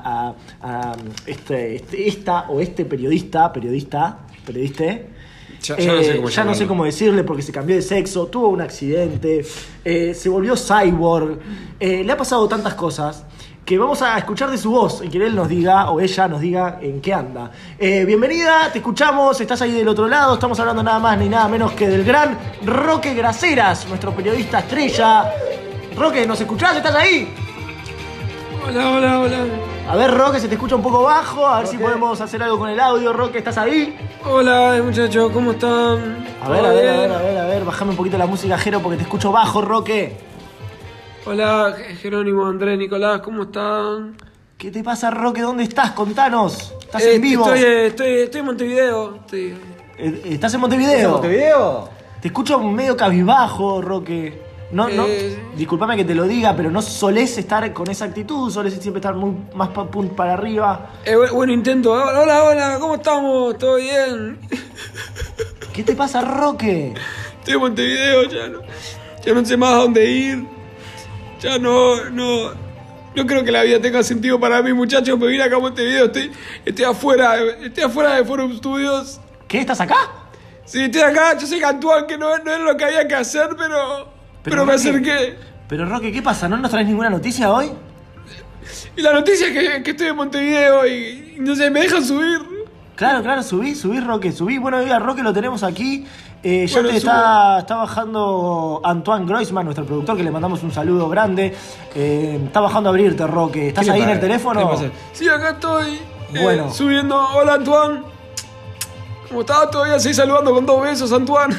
a- a, este, este- esta o este periodista, periodista, periodiste. Ya- ya no sé Eh, cómo ya no sé llamarlo. cómo decirle porque se cambió de sexo, tuvo un accidente, eh, se volvió cyborg, eh, le ha pasado tantas cosas que vamos a escuchar de su voz y que él nos diga o ella nos diga en qué anda. Eh, bienvenida, te escuchamos, estás ahí del otro lado, estamos hablando nada más ni nada menos que del gran Roque Graceras, nuestro periodista estrella. Roque, ¿nos escuchás? ¿Estás ahí? Hola, hola, hola. A ver, Roque, se te escucha un poco bajo, a ver si podemos hacer algo con el audio. Roque, ¿estás ahí? Hola, muchachos, ¿cómo están? A ver, a ver, a ver, a ver, a ver, bajame un poquito la música, Jero, porque te escucho bajo, Roque. Hola, Jerónimo, Andrés, Nicolás, ¿cómo están? ¿Qué te pasa, Roque? ¿Dónde estás? Contanos. ¿Estás en vivo? Estoy, eh, estoy, estoy en Montevideo. estoy- Eh, ¿Estás en Montevideo? ¿Estás en Montevideo? Te escucho medio cabizbajo, Roque. No, no, Eh. disculpame que te lo diga, pero no solés estar con esa actitud, solés siempre estar muy más pa- pum para arriba. Eh, bu- buen intento. Hola, hola, ¿cómo estamos? ¿Todo bien? ¿Qué te pasa, Roque? Estoy en Montevideo, ya no, ya no sé más a dónde ir. Ya no, no, no creo que la vida tenga sentido para mí, muchachos. Me vine acá a Montevideo, estoy, estoy afuera, estoy afuera de Forum Studios. ¿Qué? ¿Estás acá? Sí, estoy acá, yo sé que actúan, que no, no es lo que había que hacer, pero, pero, me Roque, acerqué. Pero Roque, ¿qué pasa? ¿No nos traes ninguna noticia hoy? Y la noticia es que, que estoy en Montevideo y, y no sé, me dejan subir. Claro, claro, subí, subí, Roque, subí. Bueno, oiga, Roque lo tenemos aquí. Eh, ya Bueno, te está, está bajando Antoine Groisman, nuestro productor, que le mandamos un saludo grande. Eh, está bajando a abrirte, Roque. ¿Estás ¿Qué le ahí en el pasa? ¿Qué teléfono? le pasa? Sí, acá estoy. eh, Bueno. subiendo. Hola, Antoine. ¿Cómo estás? Todavía seguís saludando con dos besos, Antoine.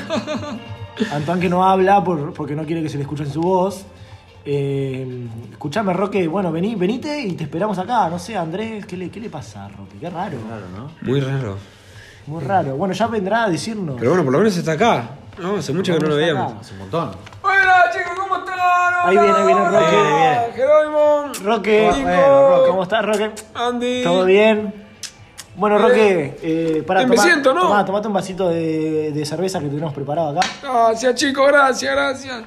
Antoine que no habla por- porque no quiere que se le escuche en su voz. Eh, escuchame, Roque, bueno, vení, venite y te esperamos acá. No sé, Andrés, ¿qué le, qué le pasa a Roque? Qué raro. ¿no? Muy raro. Muy raro. Bueno, ya vendrá a decirnos. Pero bueno, por lo menos está acá. No, hace mucho que no lo Está veíamos. acá. Hace un montón. Hola chicos, ¿cómo están? Ahí viene, ahí viene Roque. Jerónimo. Roque, Nico. bueno, Roque, ¿cómo estás, Roque? Andy. ¿Todo bien? Bueno, Bien. Roque, eh, para Bien, me siento, ¿no? tomá, tomate un vasito de, de cerveza que tenemos preparado acá. Gracias chicos, gracias, gracias.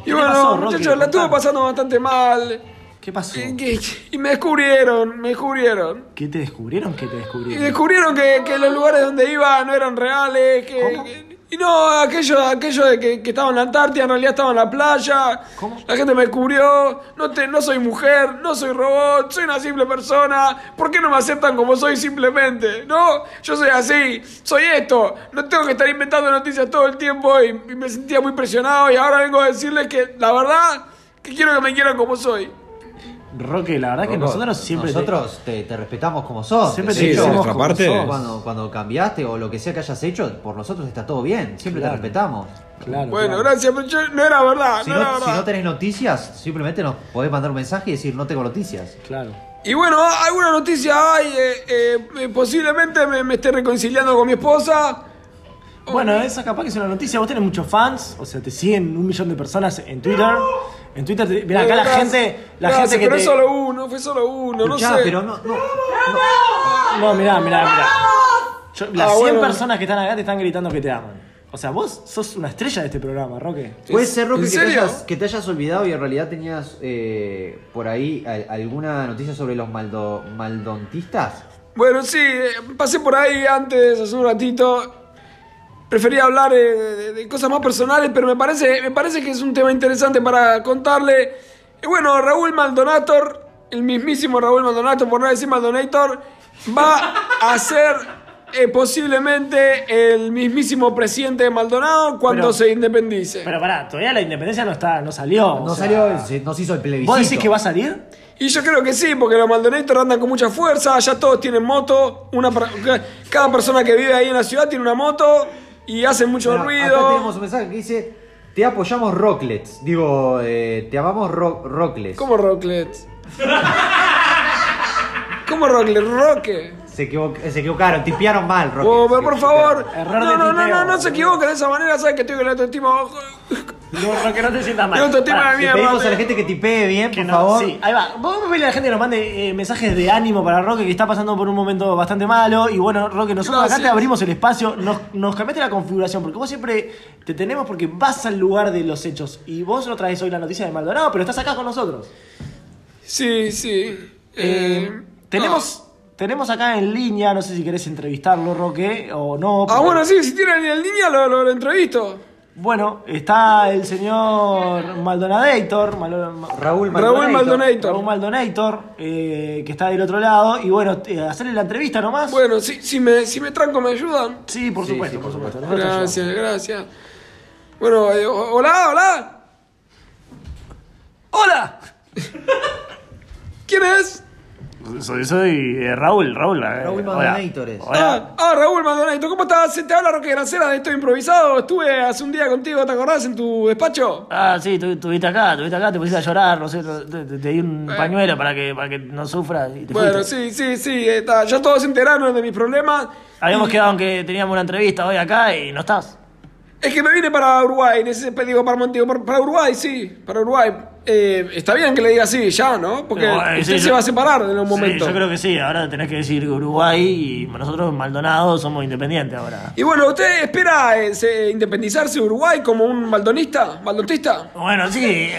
Y ¿Qué bueno, pasó, Roque? muchachos, la estuve pasando bastante mal. ¿Qué pasó? Y, y- y me descubrieron, me descubrieron. ¿Qué te descubrieron? ¿Qué te Y descubrieron? descubrieron que, que los lugares donde iba no eran reales, que... que- y no, aquello, aquello de que, que estaba en la Antártida, en realidad estaba en la playa. La gente me descubrió. No, te, no soy mujer, no soy robot, soy una simple persona. ¿Por qué no me aceptan como soy simplemente? No, yo soy así, soy esto. No tengo que estar inventando noticias todo el tiempo y, y me sentía muy presionado. Y ahora vengo a decirles que la verdad, que quiero que me quieran como soy. Roque, la verdad que Roco, nosotros siempre. te- Nosotros te, te respetamos como sos. Siempre te te Sí, de queremos nuestra como como parte. sos. Cuando, cuando cambiaste o lo que sea que hayas hecho, por nosotros está todo bien. Siempre Claro. te respetamos. Claro, Bueno, gracias, pero yo- no era verdad, Si no era no, verdad. si no tenés noticias, simplemente nos podés mandar un mensaje y decir no tengo noticias. Claro. Y bueno, ah, alguna noticia hay. eh, eh, eh, posiblemente me, me esté reconciliando con mi esposa. Bueno, esa capaz que es una noticia. Vos tenés muchos fans, o sea, te siguen un millón de personas en Twitter. En Twitter, te- mirá, acá la Gracias, gente. La gracias, gente que pero te- es solo uno, fue solo uno, Escuchá, no sé. pero no- No, mirá, mirá, mirá. Yo- las Ah, 100 bueno. personas que están acá te están gritando que te aman. O sea, vos sos una estrella de este programa, Roque. Puede ser, Roque, que te, serio? hayas, que te hayas olvidado y en realidad tenías eh, por ahí a- alguna noticia sobre los maldo- maldontistas. Bueno, sí, eh, pasé por ahí antes, hace un ratito. Prefería hablar eh, de, de- de cosas más personales, pero me parece, me parece que es un tema interesante para contarle. Y bueno, Raúl Maldonator, el mismísimo Raúl Maldonator, por no decir Maldonator, va a ser eh, posiblemente el mismísimo presidente de Maldonado cuando Pero- se independice. Pero pará, todavía la independencia no está, no salió. No salió, se- no se hizo el plebiscito. ¿Vos decís que va a salir? Y yo creo que sí, porque los Maldonator andan con mucha fuerza, ya todos tienen moto, una per- ca- cada persona que vive ahí en la ciudad tiene una moto y hacen mucho Mirá, Acá tenemos ruido. un mensaje que dice: Te apoyamos, Rocklets. Digo, eh, te amamos, Ro Rocklets. ¿Cómo Rocklet? ¿Cómo Rocklet? Roque. Se, equivo- se equivocaron, tipearon mal, Rocklets. Oh, pero por favor. Error no, de no, no, tipeo. no, no se equivoquen de esa manera, sabes que estoy con el autoestima bajo. No, Roque, no te sientas mal. El autoestima Pará, de Le mierda. pedimos a la te- gente que tipee bien, por No, favor. Sí, ahí va. Vamos a pedirle a la gente que nos mande eh, mensajes de ánimo para Roque, que está pasando por un momento bastante malo. Y bueno, Roque, nosotros acá Gracias. te abrimos el espacio, nos, nos cambiaste la configuración, porque vos siempre te tenemos porque vas al lugar de los hechos. Y vos no traes hoy la noticia de Maldonado, pero estás acá con nosotros. Sí, sí. Eh, Eh, tenemos, tenemos acá en línea, no sé si querés entrevistarlo, Roque, o no. Ah, pero- bueno, sí, si tienen el niño lo, lo, lo entrevisto. Bueno, está el señor Maldonator, Malo- Ma- Raúl Maldonator. Raúl Maldonator. Raúl Maldonator, eh, que está del otro lado. Y bueno, eh, hacerle la entrevista nomás. Bueno, si, si, me, si me tranco, ¿me ayudan? Sí, por supuesto, por supuesto. Nosotros te Gracias, gracias. Bueno, eh, o- hola, hola. Hola. ¿Quién es? Soy, soy eh, Raúl, Raúl. eh, Raúl hola. Maldonator es. Hola. Ah, ah, Raúl Maldonado, ¿cómo estás? Se Te habla Roque Gracera de Estoy Improvisado. Estuve hace un día contigo, ¿te acordás? En tu despacho. Ah, sí, tu- tuviste acá, tuviste acá, te pusiste a llorar, no sé, te, te- te di un pañuelo para que, para que no sufras. y te Eh. Bueno, fuiste. sí, sí, sí. eh, está. Ya todos se enteraron de mis problemas. Habíamos Y- quedado en que teníamos una entrevista hoy acá y no estás. Es que me vine para Uruguay, neces- digo para Montigo, para, para Uruguay, sí, para Uruguay. Eh, está bien que le diga así ya, ¿no? Porque No, eh, usted sí, se yo- va a separar en un Sí, momento. yo creo que sí, ahora tenés que decir que Uruguay y nosotros Maldonado somos independientes ahora. Y bueno, ¿usted espera eh, se- independizarse de Uruguay como un maldonista? ¿Maldonista? Bueno, sí, eh,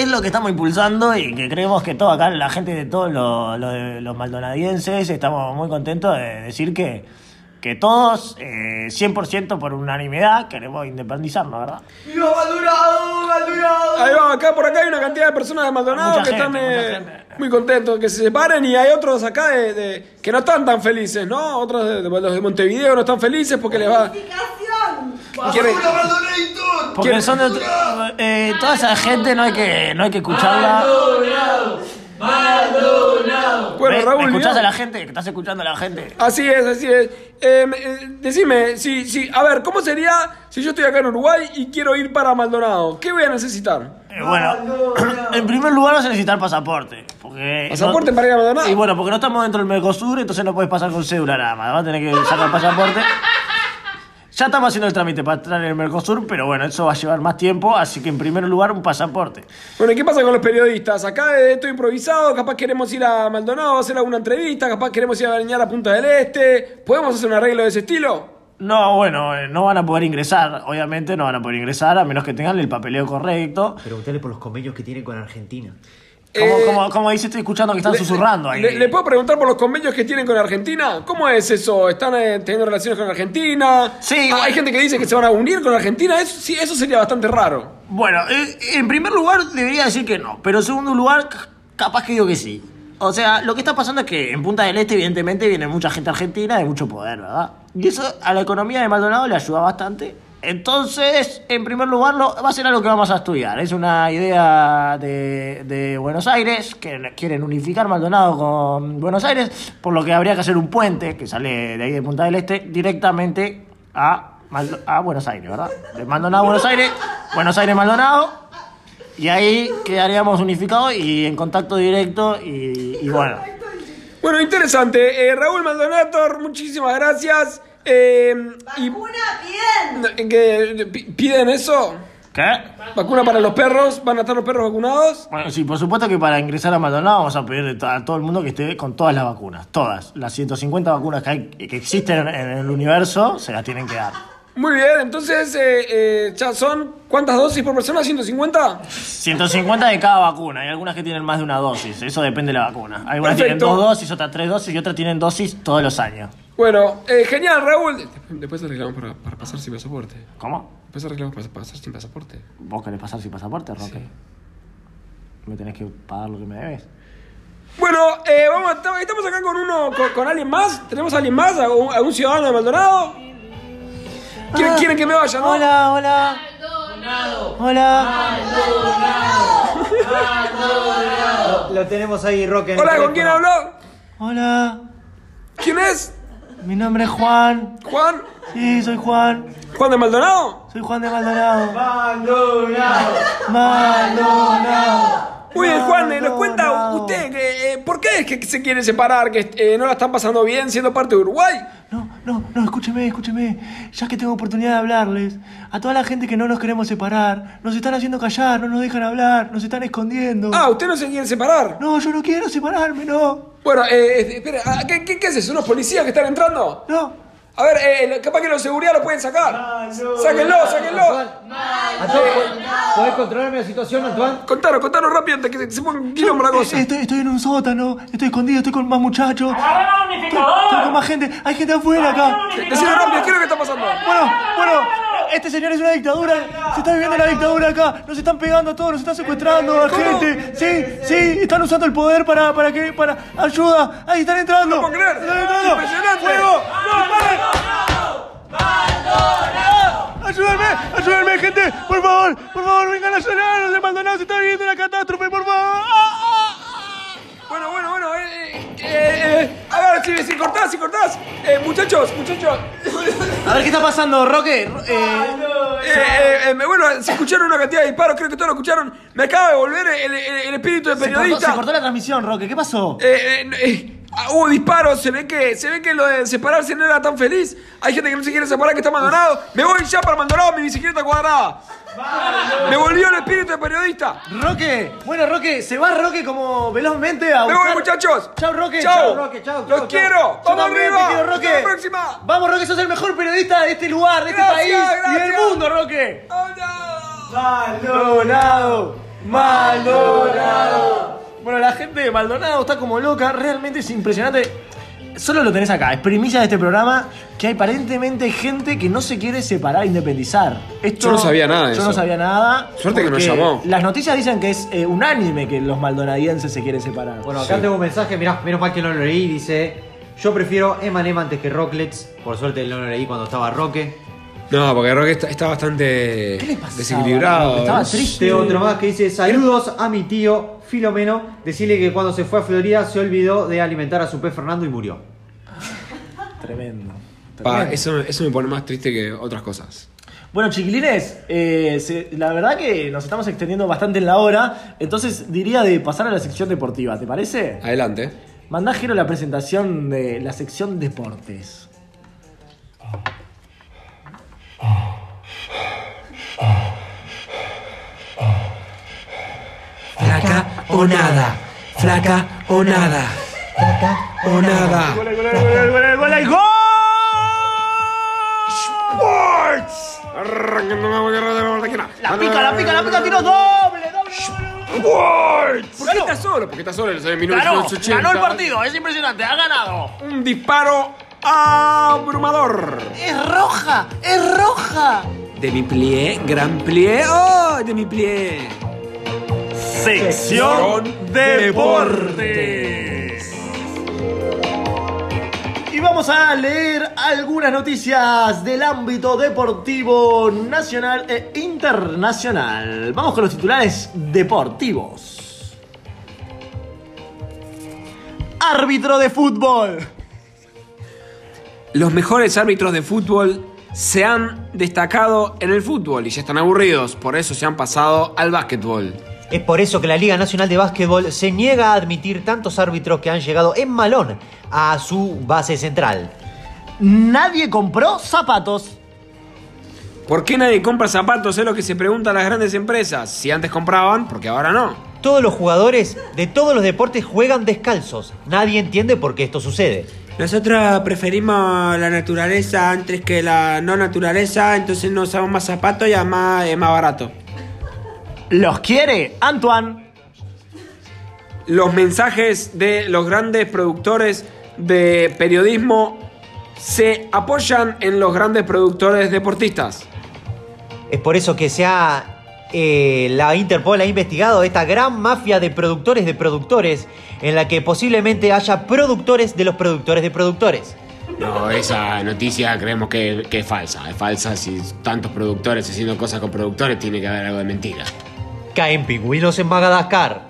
es lo que estamos impulsando y que creemos que toda acá la gente de todos los, los- los maldonadienses estamos muy contentos de decir que, que todos, eh, 100% por unanimidad, queremos independizarnos, ¿verdad? ¡Viva Maldonado! ¡Maldonado! Ahí va, acá por acá hay una cantidad de personas de Maldonado Mucha que gente, están eh, muy contentos que se separen y hay otros acá de, de- que no están tan felices, ¿no? Otros de, de- los de Montevideo no están felices porque les va... ¿Quiere- Porque ¿Quiere- son de otro- eh, toda esa gente no hay que, no hay que escucharla. Bueno, ¿Ves? Raúl, Escuchás mirá. a la gente, que estás escuchando a la gente. Así es, así es. Eh, eh, decime, si, si, a ver, ¿cómo sería si yo estoy acá en Uruguay y quiero ir para Maldonado? ¿Qué voy a necesitar? Eh, bueno, en primer lugar vas a necesitar pasaporte. Porque ¿Pasaporte para ir a Maldonado? Y bueno, porque no estamos dentro del Mercosur, entonces no puedes pasar con cédula nada más. Vas a tener que sacar pasaporte. Ya estamos haciendo el trámite para entrar en el Mercosur, pero bueno, eso va a llevar más tiempo, así que en primer lugar un pasaporte. Bueno, ¿y qué pasa con los periodistas? Acá eh, esto improvisado, capaz queremos ir a Maldonado a hacer alguna entrevista, capaz queremos ir a bañar a Punta del Este. ¿Podemos hacer un arreglo de ese estilo? No, bueno, eh, no van a poder ingresar, obviamente no van a poder ingresar a menos que tengan el papeleo correcto. Preguntale por los convenios que tienen con Argentina. Como, Eh, como, como dice, estoy escuchando que están Le- susurrando ahí. Le, le puedo preguntar por los convenios que tienen con Argentina? ¿Cómo es eso? ¿Están eh, teniendo relaciones con Argentina? Sí. Hay gente que dice que se van a unir con Argentina. Eso, sí, eso sería bastante raro. Bueno, eh, en primer lugar debería decir que no, pero en segundo lugar c- capaz que digo que sí. O sea, lo que está pasando es que en Punta del Este evidentemente viene mucha gente argentina de mucho poder, ¿verdad? Y eso a la economía de Maldonado le ayuda bastante. Entonces, en primer lugar, lo- va a ser algo que vamos a estudiar. Es una idea de, de Buenos Aires, que quieren unificar Maldonado con Buenos Aires, por lo que habría que hacer un puente que sale de ahí de Punta del Este directamente a, Maldo- a Buenos Aires, ¿verdad? De Maldonado a Buenos Aires, Buenos Aires Maldonado, y ahí quedaríamos unificados y en contacto directo y, y bueno. Bueno, interesante. Eh, Raúl Maldonator, muchísimas gracias. Eh, y- Eh, que- pi- ¿Piden eso? ¿Qué? ¿Vacuna para los perros? ¿Van a estar los perros vacunados? Bueno, sí, por supuesto que para ingresar a Maldonado vamos a pedir a todo el mundo que esté con todas las vacunas, todas. Las 150 vacunas que, hay, que existen en el universo se las tienen que dar. Muy bien, entonces, eh, eh, ya son cuántas dosis por persona? ¿150? 150 de cada vacuna, hay algunas que tienen más de una dosis, eso depende de la vacuna. Algunas tienen Perfecto. dos dosis, otras tres dosis y otras tienen dosis todos los años. Bueno, eh, genial, Raúl. Después arreglamos para, para pasar sin pasaporte. ¿Cómo? Después arreglamos para pasar sin pasaporte. ¿Vos querés pasar sin pasaporte, Roque? ¿Me tenés que pagar lo que me debes? Bueno, eh, vamos, a- estamos- estamos acá con uno, con, con alguien más. ¿Tenemos a alguien más? ¿A un, a un ciudadano de Maldonado? ¿Quieren, quieren que me vaya, no? Ah. Hola, hola. Hola. Lo tenemos ahí, Roque. Hola, ¿con quién habló? Hola. ¿Quién es? Mi nombre es Juan. ¿Juan? Sí, soy Juan. ¿Juan de Maldonado? Soy Juan de Maldonado. Maldonado. Maldonado. Muy bien, Juan, eh, nos cuenta usted que, eh, por qué es que se quiere separar, que eh, no la están pasando bien siendo parte de Uruguay. No, no, escúcheme, escúcheme. Ya que tengo oportunidad de hablarles, a toda la gente que no nos queremos separar, nos están haciendo callar, no nos dejan hablar, nos están escondiendo. Ah, usted no se quiere separar. No, yo no quiero separarme, no. Bueno, eh, eh, espera, ah, ¿qué, qué, qué es eso? ¿Unos policías que están entrando? No. A ver, eh, capaz que los de seguridad lo pueden sacar. Sáquenlo, sáquenlo. ¿Podés controlarme la situación, Antoine? Contanos, contanos rápido antes que se ponga un quilombo la cosa. Estoy, estoy en un sótano, estoy escondido, estoy con más muchachos. Estoy, estoy con más gente, hay gente afuera acá. Decime rápido, ¿qué es lo que está pasando? Bueno, bueno, este señor es una dictadura. Se está viviendo una dictadura acá. Nos están pegando a todos, nos están secuestrando a la gente. Sí, sí, están usando el poder para, para que, para ayuda. Ahí están entrando. No puedo Están entrando. Impresionante. Fuego. Disparen. ¡Ayúdenme! ¡Ayúdenme, gente! ¡Por favor! ¡Por favor, vengan a ayudar! ¡Los de Maldonado se está viviendo una catástrofe! ¡Por favor! Ah, Bueno, bueno, bueno, eh, eh, eh, eh, a ver, si, si cortás, si cortás. Eh, muchachos, muchachos. A ver, ¿qué está pasando, Roque? Eh, eh, eh, bueno, se escucharon una cantidad de disparos, creo que todos lo escucharon. Me acaba de volver el, el- el espíritu de Se cortó, periodista. se cortó la transmisión, Roque. ¿Qué pasó? Eh, eh, eh, Ah, Hubo disparos, se ve que se ve que lo de separarse no era tan feliz. Hay gente que no se quiere separar, que está abandonado. Me voy ya para Maldonado, mi bicicleta cuadrada. Me volvió el espíritu de periodista. Roque, bueno, Roque, se va Roque como velozmente a Me buscar- voy, muchachos. Chau, Roque. Chau. Chau, Roque. Chau, Los chau, chau. quiero. Yo Vamos también arriba. Te quiero, Hasta Roque. la próxima. Vamos, Roque, sos el mejor periodista de este lugar, de este Gracias, país y del gracias. mundo, Roque. Maldonado, Maldonado. Bueno, la gente de Maldonado está como loca, realmente es impresionante. Solo lo tenés acá, es primicia de este programa que hay aparentemente gente que no se quiere separar, independizar. Esto, Yo no sabía nada de Yo no eso. sabía nada. Suerte que nos porque llamó. Las noticias dicen que es eh, unánime que los maldonadienses se quieren separar. Bueno, acá tengo un mensaje, mirá, menos mal que no lo leí, dice. Yo prefiero Emanem antes que Rocklets. Por suerte no lo leí cuando estaba Roque. No, porque Roque está, está bastante desequilibrado. Estaba triste. Otro más que dice: Saludos a mi tío Filomeno. Decirle que cuando se fue a Florida se olvidó de alimentar a su pez Fernando y murió. Tremendo. Pa, Tremendo. eso, eso me pone más triste que otras cosas. Bueno, chiquilines, eh, se- la verdad que nos estamos extendiendo bastante en la hora, entonces diría de pasar a la sección deportiva, ¿te parece? Adelante. Mandá Jero la presentación de la sección deportes. Flaca o nada. Flaca o nada. Flaca o nada. Sports. La pica, la pica, la pica, tiro doble, doble. ¿Por qué está solo? Porque está solo en el Ganó, 1980. ganó el partido, es impresionante, ha ganado. Un disparo abrumador. Es roja, es roja. De mi plié, gran plié, oh, de mi plié. Sección Deportes. Y vamos a leer algunas noticias del ámbito deportivo nacional e internacional. Vamos con los titulares deportivos. Árbitro de fútbol. Los mejores árbitros de fútbol se han destacado en el fútbol y ya están aburridos, por eso se han pasado al básquetbol. Es por eso que la Liga Nacional de Básquetbol se niega a admitir tantos árbitros que han llegado en malón a su base central. Nadie compró zapatos. ¿Por qué nadie compra zapatos? Es lo que se preguntan las grandes empresas. Si antes compraban, porque ahora no. Todos los jugadores de todos los deportes juegan descalzos. Nadie entiende por qué esto sucede. Nosotros preferimos la naturaleza antes que la no naturaleza, entonces no usamos más zapatos y además es más barato. ¿Los quiere, Antoine? Los mensajes de los grandes productores de periodismo se apoyan en los grandes productores deportistas. Es por eso que se ha. eh, la Interpol ha investigado esta gran mafia de productores de productores, en la que posiblemente haya productores de los productores de productores. No, esa noticia creemos que, que es falsa. Es falsa si tantos productores haciendo cosas con productores tiene que haber algo de mentira. Caen pingüinos en Madagascar.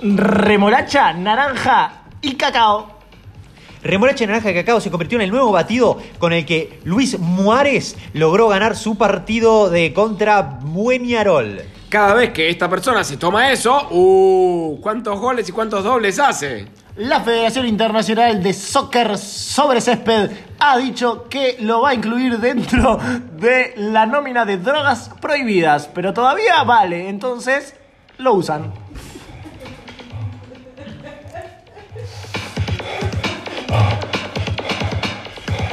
Remolacha, naranja y cacao. Remolacha naranja de cacao se convirtió en el nuevo batido con el que Luis Muárez logró ganar su partido de contra Bueñarol. Cada vez que esta persona se toma eso, ¡uh! ¿Cuántos goles y cuántos dobles hace? La Federación Internacional de Soccer sobre Césped ha dicho que lo va a incluir dentro de la nómina de drogas prohibidas, pero todavía vale, entonces lo usan.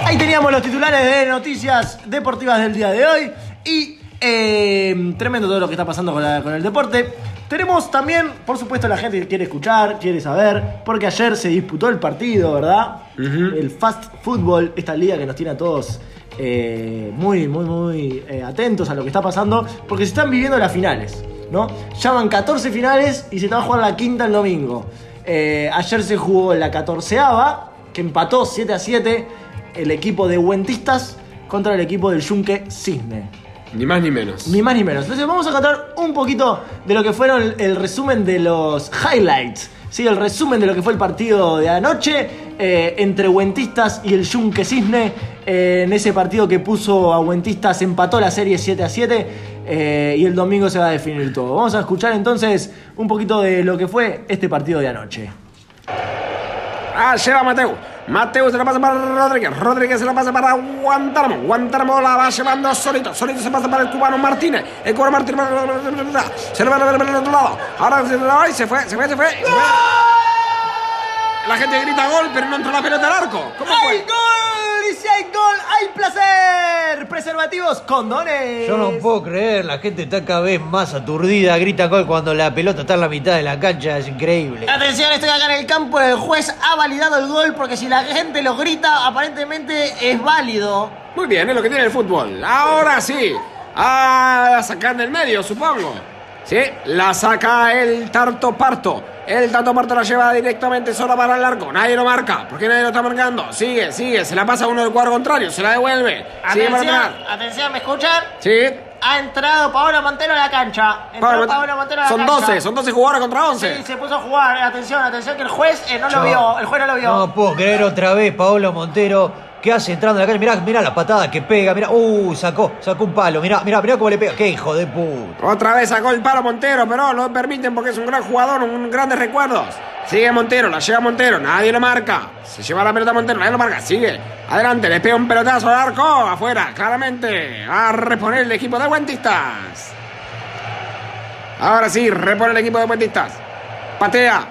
Ahí teníamos los titulares de noticias deportivas del día de hoy. Y eh, tremendo todo lo que está pasando con, la- con el deporte. Tenemos también, por supuesto, la gente que quiere escuchar, quiere saber, porque ayer se disputó el partido, ¿verdad? El Fast Football, esta liga que nos tiene a todos eh, muy, muy, muy eh, atentos a lo que está pasando, porque se están viviendo las finales, ¿no? Ya van 14 finales y se está a jugar la quinta el domingo. Eh, ayer se jugó la 14ava, que empató 7 a 7 el equipo de Huentistas contra el equipo del Yunque Cisne. Ni más ni menos. Ni más ni menos. Entonces vamos a contar un poquito de lo que fueron el, el resumen de los highlights. Sí, el resumen de lo que fue el partido de anoche eh, entre Huentistas y el Yunque Cisne. eh, en ese partido que puso a Huentistas, empató la serie 7 a 7. eh, y el domingo se va a definir todo. Vamos a escuchar entonces un poquito de lo que fue este partido de anoche. Ah, lleva Mateu. Mateu se la pasa para Rodríguez. Rodríguez se la pasa para Guantánamo. Guantánamo la va llevando solito. Solito se pasa para el cubano Martínez. El cubano Martínez. Se la va para el otro lado. Ahora se la va y se fue, se fue, se fue. se fue. La gente grita gol, pero no entró la pelota al arco. ¿Cómo fue? ¡Hay gol! Y si hay gol, hay placer. Preservativos, condones. Yo no puedo creer, la gente está cada vez más aturdida, grita gol cuando la pelota está en la mitad de la cancha, es increíble. Atención, estoy acá en el campo. El juez ha validado el gol porque si la gente lo grita, aparentemente es válido. Muy bien, es lo que tiene el fútbol. Ahora sí. Ah, la sacan del medio, supongo. Sí, la saca el Tarto Parto. El Tarto Parto la lleva directamente sola para el arco. Nadie lo marca. ¿Por qué nadie lo está marcando? Sigue, sigue. Se la pasa a uno del cuadro contrario. Se la devuelve. Sigue para Atención, atrás. atención, ¿me escuchan? Sí. Ha entrado Paola Montero a la cancha. Entró Paola Paola, Mont- Montero a la Son cancha. 12, son 12 jugadores contra 11. Sí, se puso a jugar. Atención, atención, que el juez eh, no lo Yo- vio. El juez no lo vio. No puedo creer otra vez, Paolo Montero. ¿Qué hace entrando en la calle? Mirá, mirá la patada que pega, mirá. Uh, sacó, sacó un palo. Mirá, mirá, mirá cómo le pega. Qué hijo de puta. Otra vez sacó el palo Montero, pero lo permiten porque es un gran jugador, un grandes recuerdos. Sigue Montero, la lleva Montero, nadie lo marca. Se lleva la pelota Montero, nadie lo marca, sigue. Adelante, le pega un pelotazo al arco, afuera, claramente. Va a reponer el equipo de Guantistas. Ahora sí, repone el equipo de Guantistas. Patea.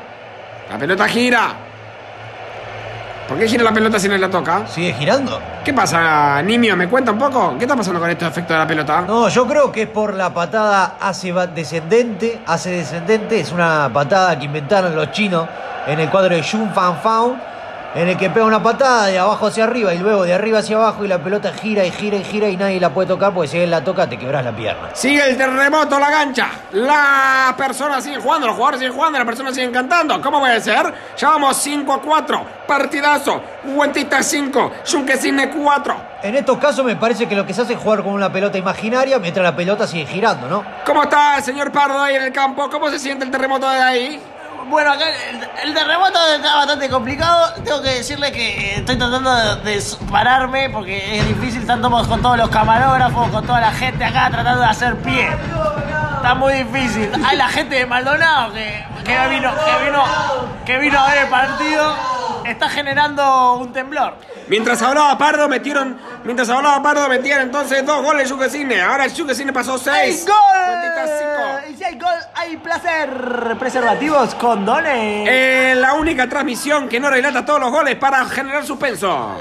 La pelota gira. ¿Por qué gira la pelota si no la toca? Sigue girando. ¿Qué pasa, Nimio? ¿Me cuenta un poco? ¿Qué está pasando con estos efectos de la pelota? No, yo creo que es por la patada hace va- descendente. Hace descendente. Es una patada que inventaron los chinos en el cuadro de Jun Fan Fan. En el que pega una patada de abajo hacia arriba y luego de arriba hacia abajo y la pelota gira y gira y gira y nadie la puede tocar porque si él la toca te quebras la pierna. Sigue el terremoto, la cancha. Las personas siguen jugando, los jugadores siguen jugando, las personas siguen cantando. ¿Cómo puede ser? Ya vamos 5 a 4. Partidazo. Guentista 5. Yunquecine 4. En estos casos me parece que lo que se hace es jugar con una pelota imaginaria mientras la pelota sigue girando, ¿no? ¿Cómo está el señor Pardo ahí en el campo? ¿Cómo se siente el terremoto de ahí? Bueno, acá el, el terremoto está bastante complicado. Tengo que decirle que eh, estoy tratando de, de s- pararme porque es difícil. Están todos con todos los camarógrafos, con toda la gente acá tratando de hacer pie. Está muy difícil. Hay la gente de Maldonado que, que vino, que, vino, que vino a ver el partido. Está generando un temblor. Mientras hablaba Pardo metieron, mientras hablaba Pardo metían entonces dos goles Yunquecine. Ahora el Yunquecine pasó 6. ¡Gol! Y si hay gol, hay placer. Preservativos, condones. Eh, la única transmisión que no relata todos los goles para generar suspenso.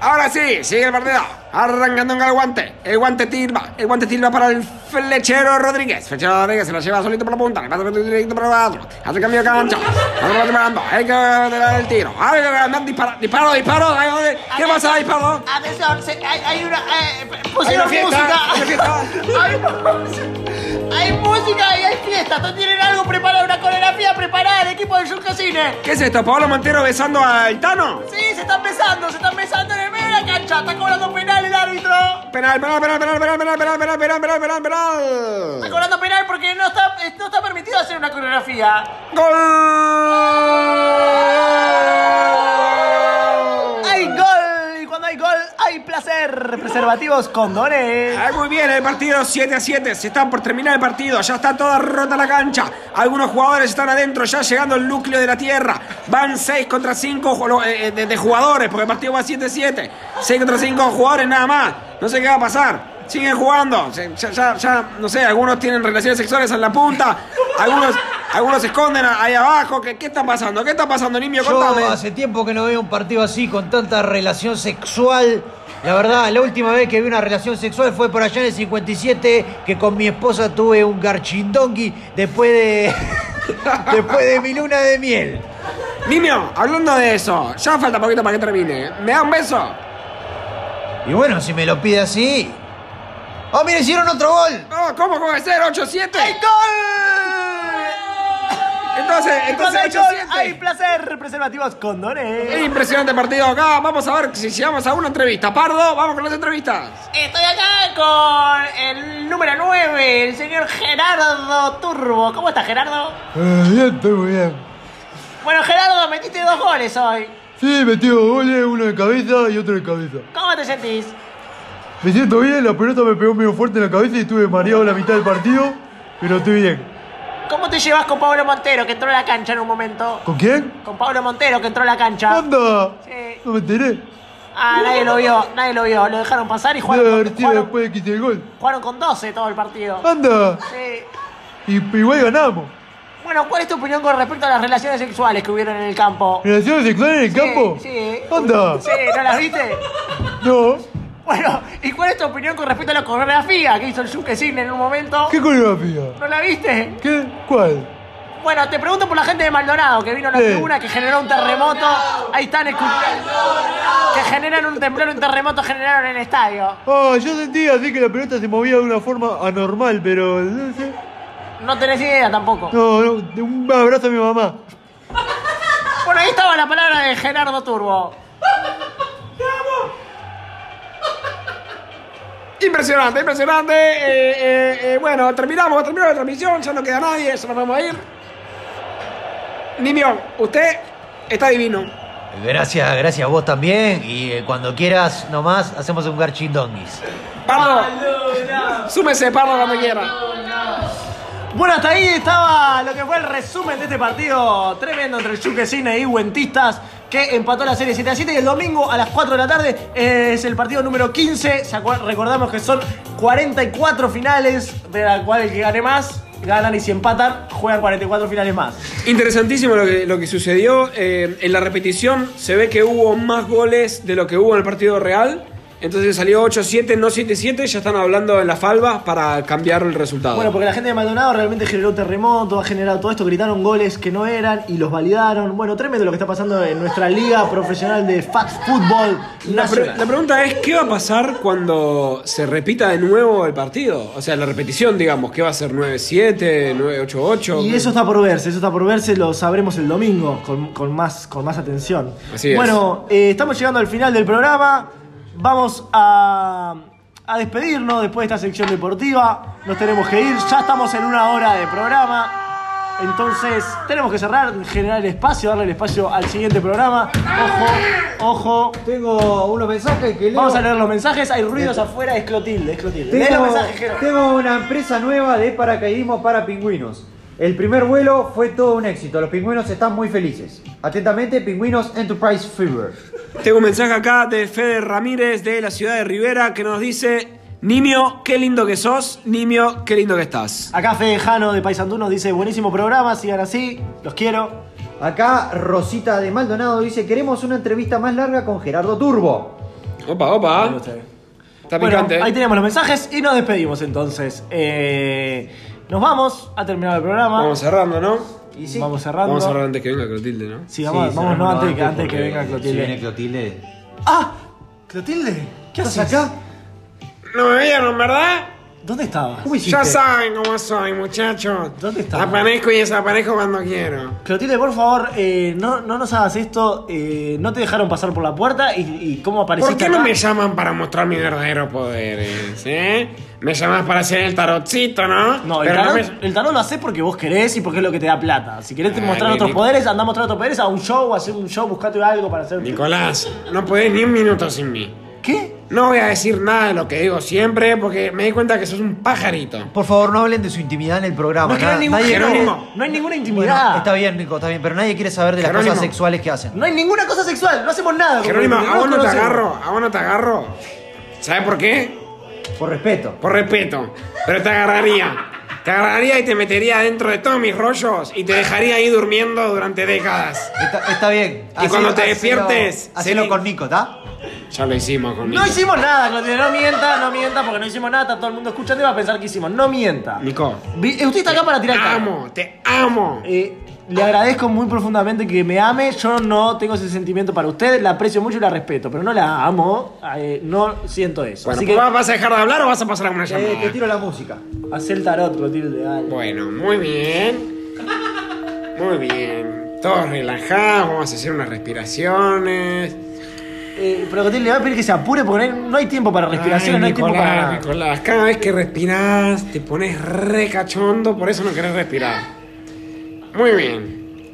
Ahora sí, sigue el partido. Arrancando en el guante. El guante tirba. El guante tirba para el flechero Rodríguez. Flechero Rodríguez se la lleva solito por la punta. Le pasa directo por el otro. Hace cambio de cancha. Otro va disparando. Hay que dar el tiro. Ahí va a ganar. Disparo, disparo, disparo. Ahí va a ver. ¿Qué pasa? Disparo. Atención, se- hay, hay una. eh, pusieron Hay una música. fiesta, hay una hay, música. hay música y hay fiesta. Todos tienen algo preparado, una coreografía preparada el equipo del Yurka Cine. ¿Qué es esto? ¿Pablo Montero besando al Tano? Sí, se están besando, se están besando en el medio de la cancha. Está cobrando penal el árbitro. Penal, penal, penal, penal, penal, penal, penal, penal, penal, penal, penal, Está penal. cobrando penal porque no está, eh, no está permitido hacer una coreografía. ¡Hay gol! Y cuando hay gol, hay placer. Preservativos, condones. Ah, muy bien, el partido 7 a 7. Se están por terminar el partido. Ya está toda rota la cancha. Algunos jugadores están adentro, ya llegando al núcleo de la tierra. Van 6 contra 5 eh, de, de jugadores, porque el partido va 7 a 7. 6 contra 5 jugadores nada más. No sé qué va a pasar. Siguen jugando. Se- Ya, ya- ya, no sé, algunos tienen relaciones sexuales en la punta. Algunos, algunos se esconden ahí abajo. ¿Qué, qué está pasando? ¿Qué está pasando, Nimio? Contame. Yo hace tiempo que no veo un partido así con tanta relación sexual. La verdad, la última vez que vi una relación sexual fue por allá en el 57, que con mi esposa tuve un garchindongi después de. después de mi luna de miel. Nimio, hablando de eso, ya falta poquito para que termine. ¿Me da un beso? Y bueno, si me lo pide así. ¡Oh, mira, Oh, hicieron otro gol! No, ¿cómo puede ser? 8-7. ¡Hay gol! Entonces, entonces Con alcohol 800. hay placer, preservativos, condones. Es impresionante partido acá. Vamos a ver si llegamos a una entrevista. Pardo, vamos con las entrevistas. Estoy acá con el número 9, el señor Gerardo Turbo. ¿Cómo estás, Gerardo? Eh, bien, estoy muy bien. Bueno, Gerardo, metiste dos goles hoy. Sí, metí dos goles, uno de cabeza y otro de cabeza. ¿Cómo te sentís? Me siento bien, la pelota me pegó medio fuerte en la cabeza y estuve mareado la mitad del partido, pero estoy bien. ¿Cómo te llevas con Pablo Montero, que entró a la cancha en un momento? ¿Con quién? Con Pablo Montero, que entró a la cancha. ¡Anda! No me enteré. Ah, nadie lo vio, nadie lo vio. Lo dejaron pasar y Me jugaron, con, divertí jugaron, después de que hice el gol. jugaron con 12 todo el partido. Anda. Sí. Y igual ganamos. Bueno, ¿cuál es tu opinión con respecto a las relaciones sexuales que hubieron en el campo? ¿Relaciones sexuales en el Sí, campo? Sí. Anda. Sí, ¿no las viste? No. Bueno, ¿y cuál es tu opinión con respecto a la coreografía que hizo el Yuke Signe en un momento? ¿Qué coreografía? ¿No la viste? ¿Qué? ¿Cuál? Bueno, te pregunto por la gente de Maldonado que vino a la Sí. tribuna, que generó un terremoto. Ahí están escuchando. Que generan un temblor, un terremoto generaron en el estadio. Oh, Ah, yo sentí así que la pelota se movía de una forma anormal, pero no sé. No tenés idea tampoco. No, no, de un abrazo a mi mamá. Bueno, ahí estaba la palabra de Gerardo Turbo. Impresionante, impresionante. Eh, eh, eh, bueno, terminamos, terminamos la transmisión. Ya no queda nadie, ya nos vamos a ir. Niño, usted está divino. Gracias, gracias a vos también. Y eh, cuando quieras nomás, hacemos un garchindonguis. Pardo. Súmese, Pardo, cuando quiera. Bueno, hasta ahí estaba lo que fue el resumen de este partido tremendo entre el Yuquecine y Huentistas que empató la serie 7 a 7 y el domingo a las 4 de la tarde es el partido número 15. Se acuer- Recordamos que son 44 finales, de la cual el que gane más ganan y si empatan juegan 44 finales más. Interesantísimo lo que, lo que sucedió. Eh, en la repetición se ve que hubo más goles de lo que hubo en el partido real. Entonces salió 8-7, no 7-7. Ya están hablando en la falva para cambiar el resultado. Bueno, porque la gente de Maldonado realmente generó terremoto, ha generado todo esto, gritaron goles que no eran y los validaron. Bueno, tremendo lo que está pasando en nuestra liga profesional de Fat Football. la, pre- Nacional. la pregunta es, ¿qué va a pasar cuando se repita de nuevo el partido? O sea, la repetición, digamos, ¿qué va a ser? ¿9-7? ¿9-8-8? Y eso está por verse, eso está por verse, lo sabremos el domingo con, con más, con más atención. Así es. Bueno, eh, estamos llegando al final del programa. Vamos a, a despedirnos después de esta sección deportiva. Nos tenemos que ir, ya estamos en una hora de programa. Entonces, tenemos que cerrar, generar el espacio, darle el espacio al siguiente programa. Ojo, ojo. Tengo unos mensajes que leo. Eh, Vamos a leer los mensajes, hay ruidos afuera, es Clotilde, es Clotilde. Lee los Tengo, mensajes, Jero. tengo una empresa nueva de paracaidismo para pingüinos. El primer vuelo fue todo un éxito. Los pingüinos están muy felices. Atentamente, Pingüinos Enterprise Fever. Tengo un mensaje acá de Fede Ramírez de la ciudad de Rivera que nos dice: Nimio, qué lindo que sos, Nimio, qué lindo que estás. Acá Fede Jano de Paisandú nos dice, buenísimo programa, sigan así, los quiero. Acá Rosita de Maldonado dice, queremos una entrevista más larga con Gerardo Turbo. Opa, opa. Está Bueno, picante. eh. ahí tenemos los mensajes y nos despedimos entonces. Eh, nos vamos, ha terminado el programa. Vamos cerrando, ¿no? Vamos cerrando. Vamos a cerrar antes que venga Clotilde, ¿no? Sí, vamos, vamos no, antes, que- antes que venga Clotilde. Clotilde. ¡Ah! ¿Clotilde? ¿Qué haces acá? No me vieron, ¿verdad? ¿Dónde estabas? ya saben cómo soy, muchachos. ¿Dónde estabas? Aparezco y desaparezco cuando quiero. Clotilde, por favor, eh, no, no nos hagas esto. eh, no te dejaron pasar por la puerta y, y cómo apareciste ¿Por qué no acá? me llaman para mostrar mis verdaderos poderes? ¿eh? Me llamas para hacer el tarotcito, ¿no? No, el Pero tarot, me- el tarot lo haces porque vos querés y porque es lo que te da plata. Si querés te mostrar ni- otros ni- poderes, andá a mostrar otros poderes a un show, hacer un show, buscate algo para hacer. Nicolás, no podés ni un minuto sin mí. ¿Qué? No voy a decir nada de lo que digo siempre porque me di cuenta que sos un pajarito. Por favor, no hablen de su intimidad en el programa. No quiero Na- ningún nadie- Jerónimo. No hay ninguna Bueno, intimidad. está bien, Nico, está bien, pero nadie quiere saber de las Jerónimo. cosas sexuales que hacen. No hay ninguna cosa sexual, no hacemos nada. como Jerónimo, que a vos no te conocemos. agarro, a vos no te agarro. ¿Sabes por qué? Por respeto. Por respeto. Pero te agarraría. Te agarraría y te metería dentro de todos mis rollos y te dejaría ahí durmiendo durante décadas. Está, está bien. Y cuando te despiertes, Hacelo se- con Nico, ¿está? Ya lo hicimos con No hicimos nada, Clotilde, no mienta, no mienta, porque no hicimos nada, está todo el mundo escuchando y va a pensar que hicimos. No mienta. Nico. Vi- eh, Usted está acá para tirar cara. Eh, amo, te amo. le agradezco muy profundamente que me ame. Yo no tengo ese sentimiento para usted, la aprecio mucho y la respeto, pero no la amo, eh, no siento eso. Bueno, Así que Eh, ¿vas- ¿vas a dejar de hablar o vas a pasar alguna llamada? te tiro la música. Hacé el tarot, Clotilde, dale. Bueno, muy bien. Muy bien. Todos relajados, vamos a hacer unas respiraciones. Eh, pero Cotil, le va a pedir que se apure porque no hay, no hay tiempo para respiración, Ay, no hay tiempo Nicolás, para nada. Nicolás, cada vez que respirás te pones re cachondo, por eso no querés respirar. Muy bien.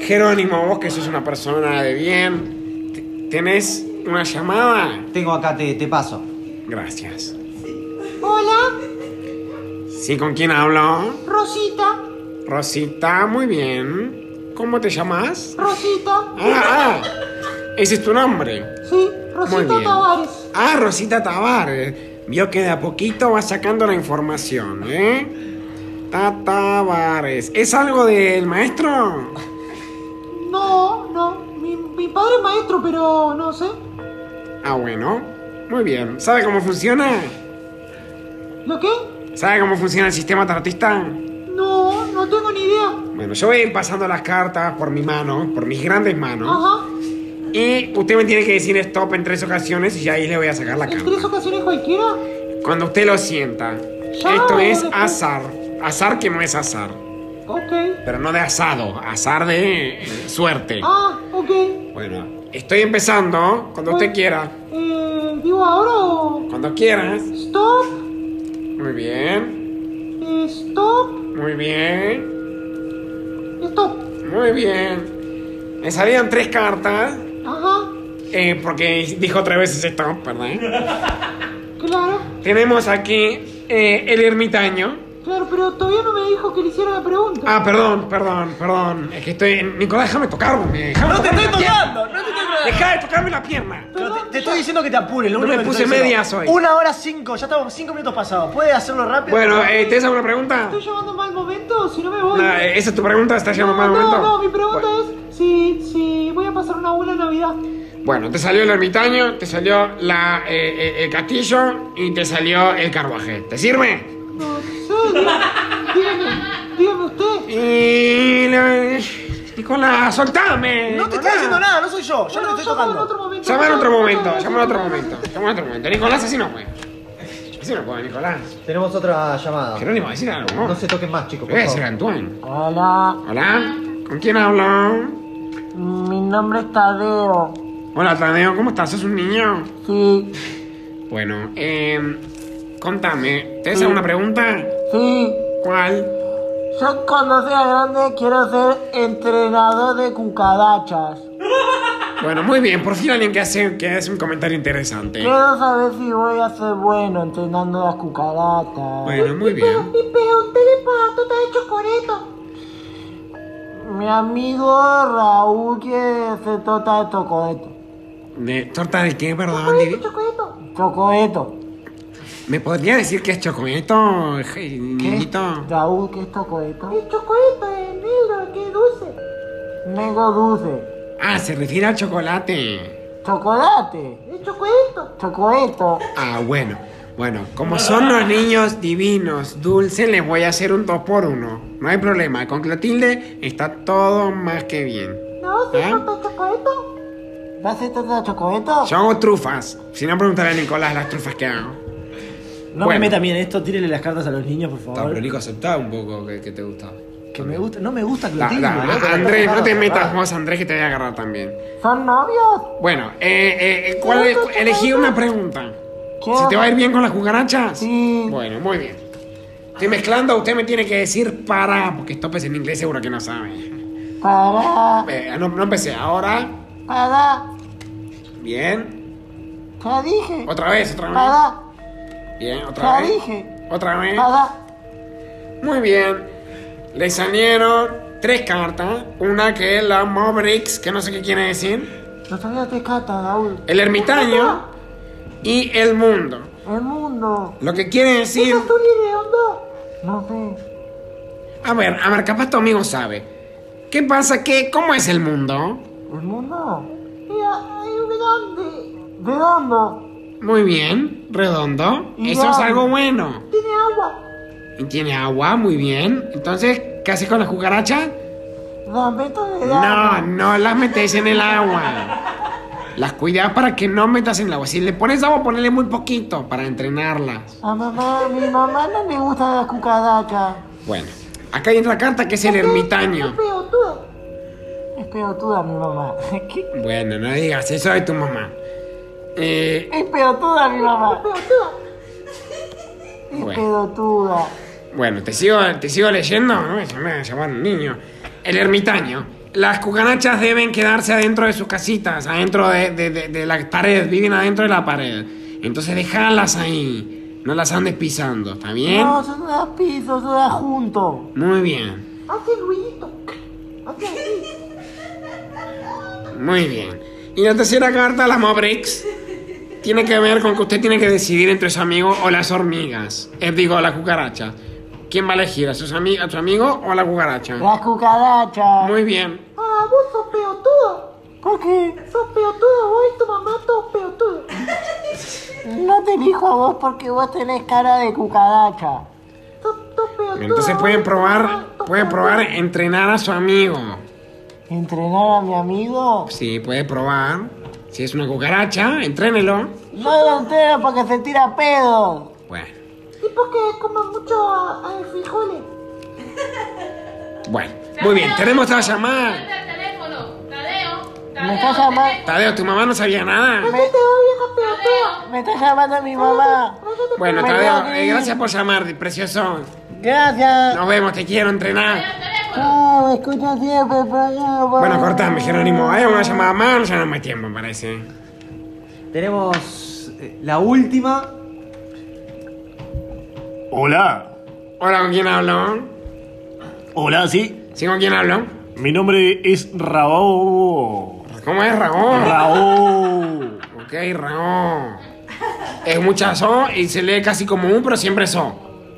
Jerónimo, vos que sos una persona de bien, te- ¿tenés una llamada? Tengo acá, te, te paso. Gracias. Hola, ¿Sí con quién hablo? Rosita, Rosita, muy bien. ¿Cómo te llamas? Rosita. Ah, ah, ese es tu nombre. Sí, Muy Rosita bien. Tavares. Ah, Rosita Tabar. Vio que de a poquito va sacando la información, ¿eh? Ta- Tabares. ¿Es algo del maestro? No, no, mi, mi padre es maestro, pero no sé. Ah, bueno. Muy bien. ¿Sabe cómo funciona? ¿Lo qué? ¿Sabe cómo funciona el sistema tarotista? No, no tengo ni idea. Bueno, yo voy a ir pasando las cartas por mi mano, por mis grandes manos. Ajá, Y usted me tiene que decir stop en tres ocasiones y ya ahí le voy a sacar la en carta. tres ocasiones cualquiera. Cuando usted lo sienta. Ya, Esto es después. azar. Azar que no es azar. Ok. Pero no de asado, azar de eh, suerte. Ah, ok. Bueno, estoy empezando cuando Ah. usted quiera. Eh, digo ahora o. Cuando quieras. Stop, Muy bien, eh, stop, muy bien, stop. muy bien. Me salieron tres cartas, Ajá, eh, porque dijo tres veces stop, ¿verdad? claro, Tenemos aquí eh, el ermitaño. claro, pero todavía no me dijo que le hiciera la pregunta. Ah, perdón, perdón, perdón. Es que estoy. Nicolás, déjame tocarme. déjame No te tocarme estoy la pierna. tocando, no te estoy Deja de tocarme la pierna. te, te estoy diciendo que te apures, lo No único me que te puse estoy medias diciendo. hoy. Una hora cinco, ya estamos cinco minutos pasados. ¿Puedes hacerlo rápido? Bueno, eh, ¿tenés alguna pregunta? ¿Estoy llevando mal momento? Si no me voy. Nah, ¿Esa es tu pregunta? ¿Estás llamando mal no, momento? no, mi pregunta es si, si voy a pasar una buena Navidad. Bueno, te salió el ermitaño, te salió la, eh, eh, el castillo y te salió el carruaje. ¿Te sirve? No sé, dígame, dígame, dígame usted. Y... la- Nicolás, soltame. No te estoy diciendo nada, no soy yo, yo no te estoy tocando. Llama en otro Ah. momento, llama en otro momento. Llama en otro momento. Nicolás, así no fue. Así no puede, Nicolás. Tenemos otra llamada. Jerónimo, decir algo. No se toquen más, chicos. Le voy a Por decir a favor. Antoine. Hola, Hola, ¿con quién hablo? mi nombre es Tadeo. Hola, Tadeo, ¿cómo estás? ¿Sos un niño? Sí, Bueno, eh, contame, ¿te haces alguna pregunta? sí. ¿Cuál? Yo cuando sea grande quiero ser entrenador de cucarachas. Bueno, muy bien, por fin alguien que hace, que hace un comentario interesante. Quiero saber si voy a ser bueno entrenando las cucarachas. Bueno, muy bien. Mi pregunta de pato está de chocolate. Mi amigo Raúl quiere ser torta de chocoleto. ¿De torta de qué, perdón? Divi? Chocoleto. ¿Me podría decir que es chocometo, niñito? Raúl, ¿qué es chocoleto? El chocolate es negro, que es dulce. Negro dulce. Ah, se refiere al chocolate. Chocolate. El chocolate. Chocoleto. Ah, bueno. Bueno, como son los niños divinos, dulces, les voy a hacer un 2 por 1 No hay problema, con Clotilde está todo más que bien. No, si ¿Eh? falta chocolate. ¿Vas a ser torta de chocoleto? Yo hago trufas. Si no, preguntaré a Nicolás las trufas que hago. No Bueno. me metan bien esto, tírenle las cartas a los niños, por Está, favor. pero Nico, aceptá un poco que, que te gusta. Que me gusta, no me gusta Da, Clotilde. da, boludo. Andrés, no te metas vos, Andrés, que te voy a agarrar también. ¿Son novios? Bueno, eh, eh, eh, ¿cuál es- elegí una pregunta. ¿Qué? ¿Se te va a ir bien con las cucarachas? Sí. Bueno, muy bien. Estoy mezclando, usted me tiene que decir para, porque topes en inglés seguro que no sabe. Para. Eh, no, no empecé, ahora. Para. Bien. Ya dije. Otra vez, otra vez. Para. Bien, otra Ya vez. dije. Otra vez. Para. Muy bien. Le salieron tres cartas. Una que es la Mobrix, que no sé qué quiere decir. No sabía te cata, Raúl. El ermitaño. Y el mundo. El mundo. Lo que quiere decir. ¿Es azul y redondo? No sé. A ver, a ver, capaz tu amigo sabe. ¿Qué pasa? ¿Qué, ¿Cómo es el mundo? ¿El mundo? Mira, hay un grande. Redondo. Muy bien, redondo. Y Eso es grande. algo bueno. Tiene agua. Y tiene agua, muy bien. Entonces, ¿qué haces con las cucarachas? Las meto en el No, agua. no las metes en el agua. Las cuidas para que no metas en el agua. Si le pones agua, ponele muy poquito para entrenarlas. A mamá, a mi mamá no le gusta las cucarachas. Bueno, acá hay otra carta que es el ermitaño. Peotudo. pelotuda mi mamá. ¿Qué? Bueno, no digas eso de tu mamá. Eh, Es pelotuda mi mamá. Es Bueno. pelotuda. bueno, te sigo, te sigo leyendo. No Ya me llamaron un niño. El ermitaño. Las cucarachas deben quedarse adentro de sus casitas, adentro de, de- de- de la pared. Viven adentro de la pared. Entonces dejalas ahí. No las andes pisando, ¿está bien? No, son dos pisos, son dos juntos. Muy bien. Hace ruidito. Hace así. Muy bien. Y la tercera carta, las Mobrix, tiene que ver con que usted tiene que decidir entre su amigo o las hormigas. Eh, digo, la cucaracha. ¿Quién va a elegir? ¿A, sus ami- a su amigo o a la cucaracha? La cucaracha. Muy bien. Ah, vos sos peotudo. ¿Por qué? Sos peotudo, vos y tu mamá sos peotudo. No te elijo a vos porque vos tenés cara de cucaracha. Entonces pueden probar, pueden probar entrenar a su amigo. ¿Entrenar a mi amigo? Sí, puede probar. Si es una cucaracha, entrénelo. No lo entero porque se tira pedos. Tipo que comen mucho a, a frijoles. Bueno, muy bien. Tenemos a llamar. Suelta el teléfono. Tadeo. Me está llamando. Tadeo, ¿tu mamá no sabía nada? Me está llamando mi mamá. Bueno, Me Tadeo, tengo que eh, ir. gracias por llamar, precioso. Gracias. Nos vemos, te quiero entrenar. Ah, me escucho siempre, pero ya, por Bueno, favor. cortame, Jerónimo. Hay una llamada más, ya no hay tiempo, parece. Tenemos eh, la última. Hola. Hola, ¿con quién hablo? Hola, sí. ¿Sí con quién hablo? Mi nombre es Raúl. ¿Cómo es Raúl? Raúl. Ok, Raúl. Es mucha so y se lee casi como un, pero siempre so.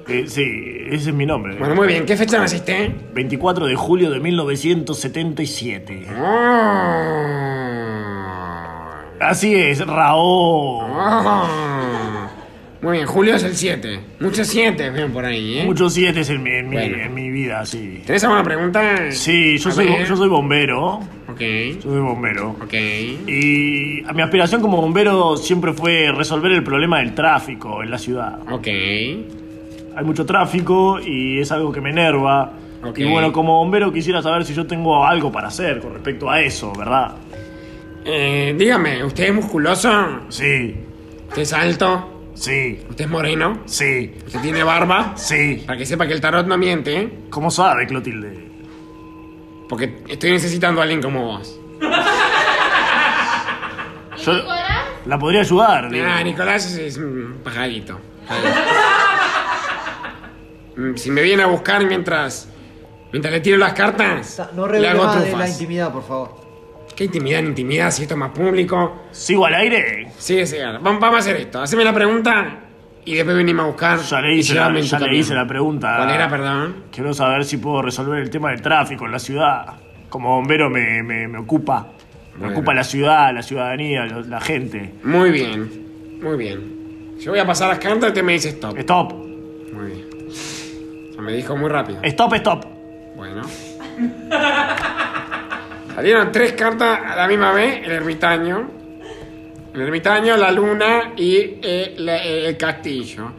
Eh, sí, ese es mi nombre. Bueno, muy bien. ¿Qué fecha naciste? 24 de julio de 1977. Mm. Así es, Raúl. Ah. Muy bien, Julio es el 7. Muchos 7 ven por ahí, ¿eh? Muchos siete en mi, en mi- Bueno. en mi vida, sí. ¿Tenés alguna pregunta? Sí, yo A soy, ver. yo soy bombero. Ok. Yo soy bombero. Ok. Y mi aspiración como bombero siempre fue resolver el problema del tráfico en la ciudad. Ok. Hay mucho tráfico y es algo que me enerva. Ok. Y bueno, como bombero quisiera saber si yo tengo algo para hacer con respecto a eso, ¿verdad? Eh, dígame, ¿usted es musculoso? Sí. ¿Usted es alto? Sí. ¿Usted es moreno? Sí. ¿Usted tiene barba? Sí. Para que sepa que el tarot no miente, ¿eh? ¿Cómo sabe, Clotilde? Porque estoy necesitando a alguien como vos. Yo la podría ayudar, digo. Ah, Nicolás es, es un pajarito. Mm, Si me viene a buscar mientras. Mientras le tiro las cartas, No le revele hago más de la trufas. intimidad, por favor. ¿Qué intimidad, ni intimidad? Si esto es más público. ¿Sigo al aire? Sí, sí, ahora. Vam- Vamos a hacer esto. Haceme la pregunta y después venimos a buscar. Ya le hice, la, ya le hice la pregunta. ¿Cuál era, perdón? Quiero saber si puedo resolver el tema del tráfico en la ciudad. Como bombero me, me- me ocupa. Me Bueno. ocupa la ciudad, la ciudadanía, lo- la gente. Muy bien, muy bien. Yo voy a pasar las cartas y te me dices stop. Stop. Muy bien. Se me dijo muy rápido. Stop, stop. Bueno. Salieron tres cartas a la misma vez, el ermitaño. El ermitaño, la luna y eh, la- eh, el castillo.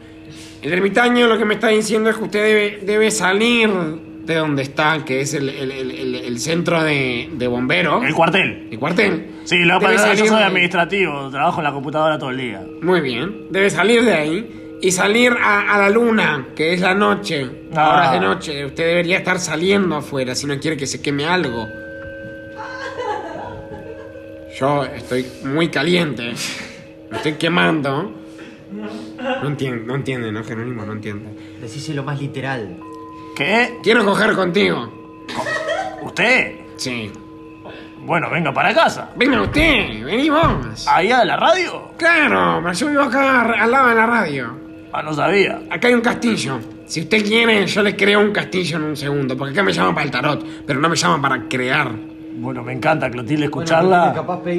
El ermitaño lo que me está diciendo es que usted debe, debe salir de donde está, que es el, el- el- el- el centro de, de bomberos. El cuartel. El cuartel. Sí, lo que Debe pasa es que yo salir soy de- administrativo, trabajo en la computadora todo el día. Muy bien. Debe salir de ahí y salir a, a la luna, que es la noche. Ah. Ahora es de noche. Usted debería estar saliendo afuera si no quiere que se queme algo. Yo estoy muy caliente. Me estoy quemando. No entiende, no entiende, ¿no, Jerónimo? No entiende. Decíselo más literal. ¿Qué? Quiero coger contigo. ¿Usted? Sí. Bueno, venga para casa. Venga usted, vení vos. ¿Allá de la radio? Claro, pero yo vivo acá al lado de la radio. Ah, no sabía. Acá hay un castillo. Si usted quiere, yo le creo un castillo en un segundo, porque acá me llaman para el tarot, pero no me llaman para crear. Bueno, me encanta Clotilde escucharla.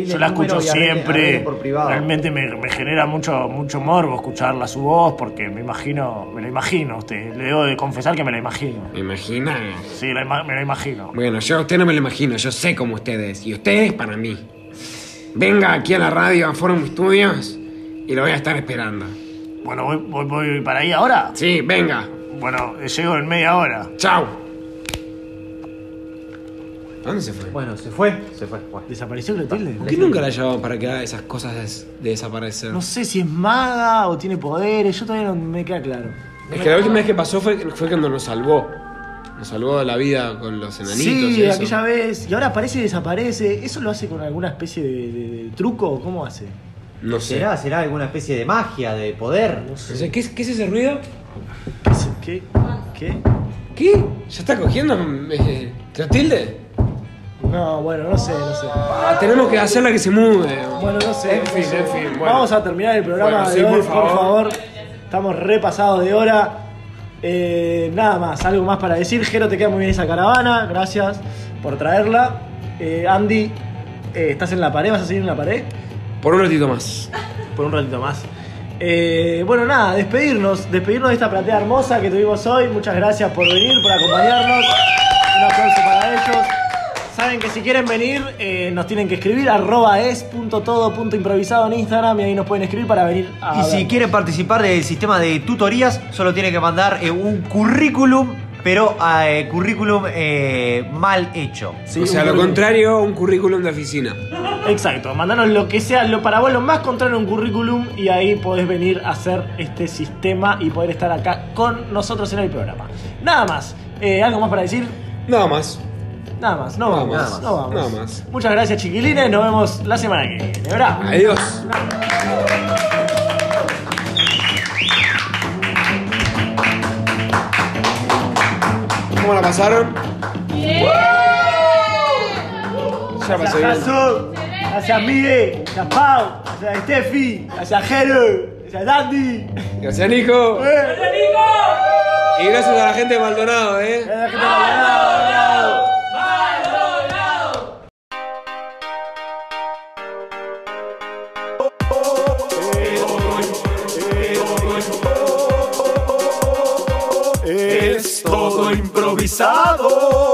Yo la escucho siempre. Realmente me, me genera mucho, mucho morbo escucharla su voz porque me imagino, me la imagino a usted. Le debo de confesar que me la imagino. ¿Me imagina? Sí, la ima- me la imagino. Bueno, yo a usted no me lo imagino, yo sé como ustedes, y usted es para mí. Venga aquí a la radio, a Forum Studios, y lo voy a estar esperando. Bueno, voy, voy, voy para ahí ahora. Sí, venga. Bueno, eh, llego en media hora. Chao. ¿A dónde se fue? Bueno, se fue, se fue. ¿Desapareció Clotilde? ¿Por qué nunca la llevaban para que haga esas cosas des- de desaparecer? No sé si es maga o tiene poderes, yo todavía no me queda claro. Es que la última vez que pasó fue, fue cuando nos salvó. Nos salvó de la vida con los enanitos y Sí, eso. aquella vez. Y ahora aparece y desaparece. ¿Eso lo hace con alguna especie de, de- de truco o cómo hace? No sé. ¿Será? ¿Será alguna especie de magia, de poder? No sé. ¿Qué, es ese ruido? ¿Qué? ¿Qué? ¿Qué? ¿Ya está cogiendo eh, Clotilde? No, bueno, no sé, no sé. Ah, tenemos que hacerla que se mude. Bueno, no sé. En no fin, sé. en fin, bueno. Vamos a terminar el programa Bueno, de sí, hoy, por por favor. favor. Estamos repasados de hora. Eh, nada más, algo más para decir. Jero, te queda muy bien esa caravana. Gracias por traerla. Eh, Andy, eh, ¿estás en la pared? ¿Vas a seguir en la pared? Por un ratito más. Por un ratito más. Eh, bueno, nada, despedirnos. Despedirnos de esta platea hermosa que tuvimos hoy. Muchas gracias por venir, por acompañarnos. Un aplauso para ellos. Saben que si quieren venir, eh, nos tienen que escribir arroba es.todo.improvisado en Instagram y ahí nos pueden escribir para venir a. Y ver. si quieren participar del sistema de tutorías, solo tienen que mandar eh, un currículum, pero eh, currículum eh, mal hecho. o sea, lo contrario, un currículum de oficina. Exacto, mandanos lo que sea, lo para vos lo más contrario un currículum y ahí podés venir a hacer este sistema y poder estar acá con nosotros en el programa. Nada más, Eh, ¿algo más para decir? Nada más. Nada más, no Nada vamos, más, no vamos. nada más. Muchas gracias chiquilines, nos vemos la semana que viene. Bravo. Adiós. ¿Cómo la pasaron? Ya pasó bien. Gracias Jason, gracias Miguel, gracias Pau, gracias Steffi, gracias Jero, gracias Dandy. Gracias, Nico. Eh. Y gracias a la gente de Maldonado, ¿eh? Es todo improvisado.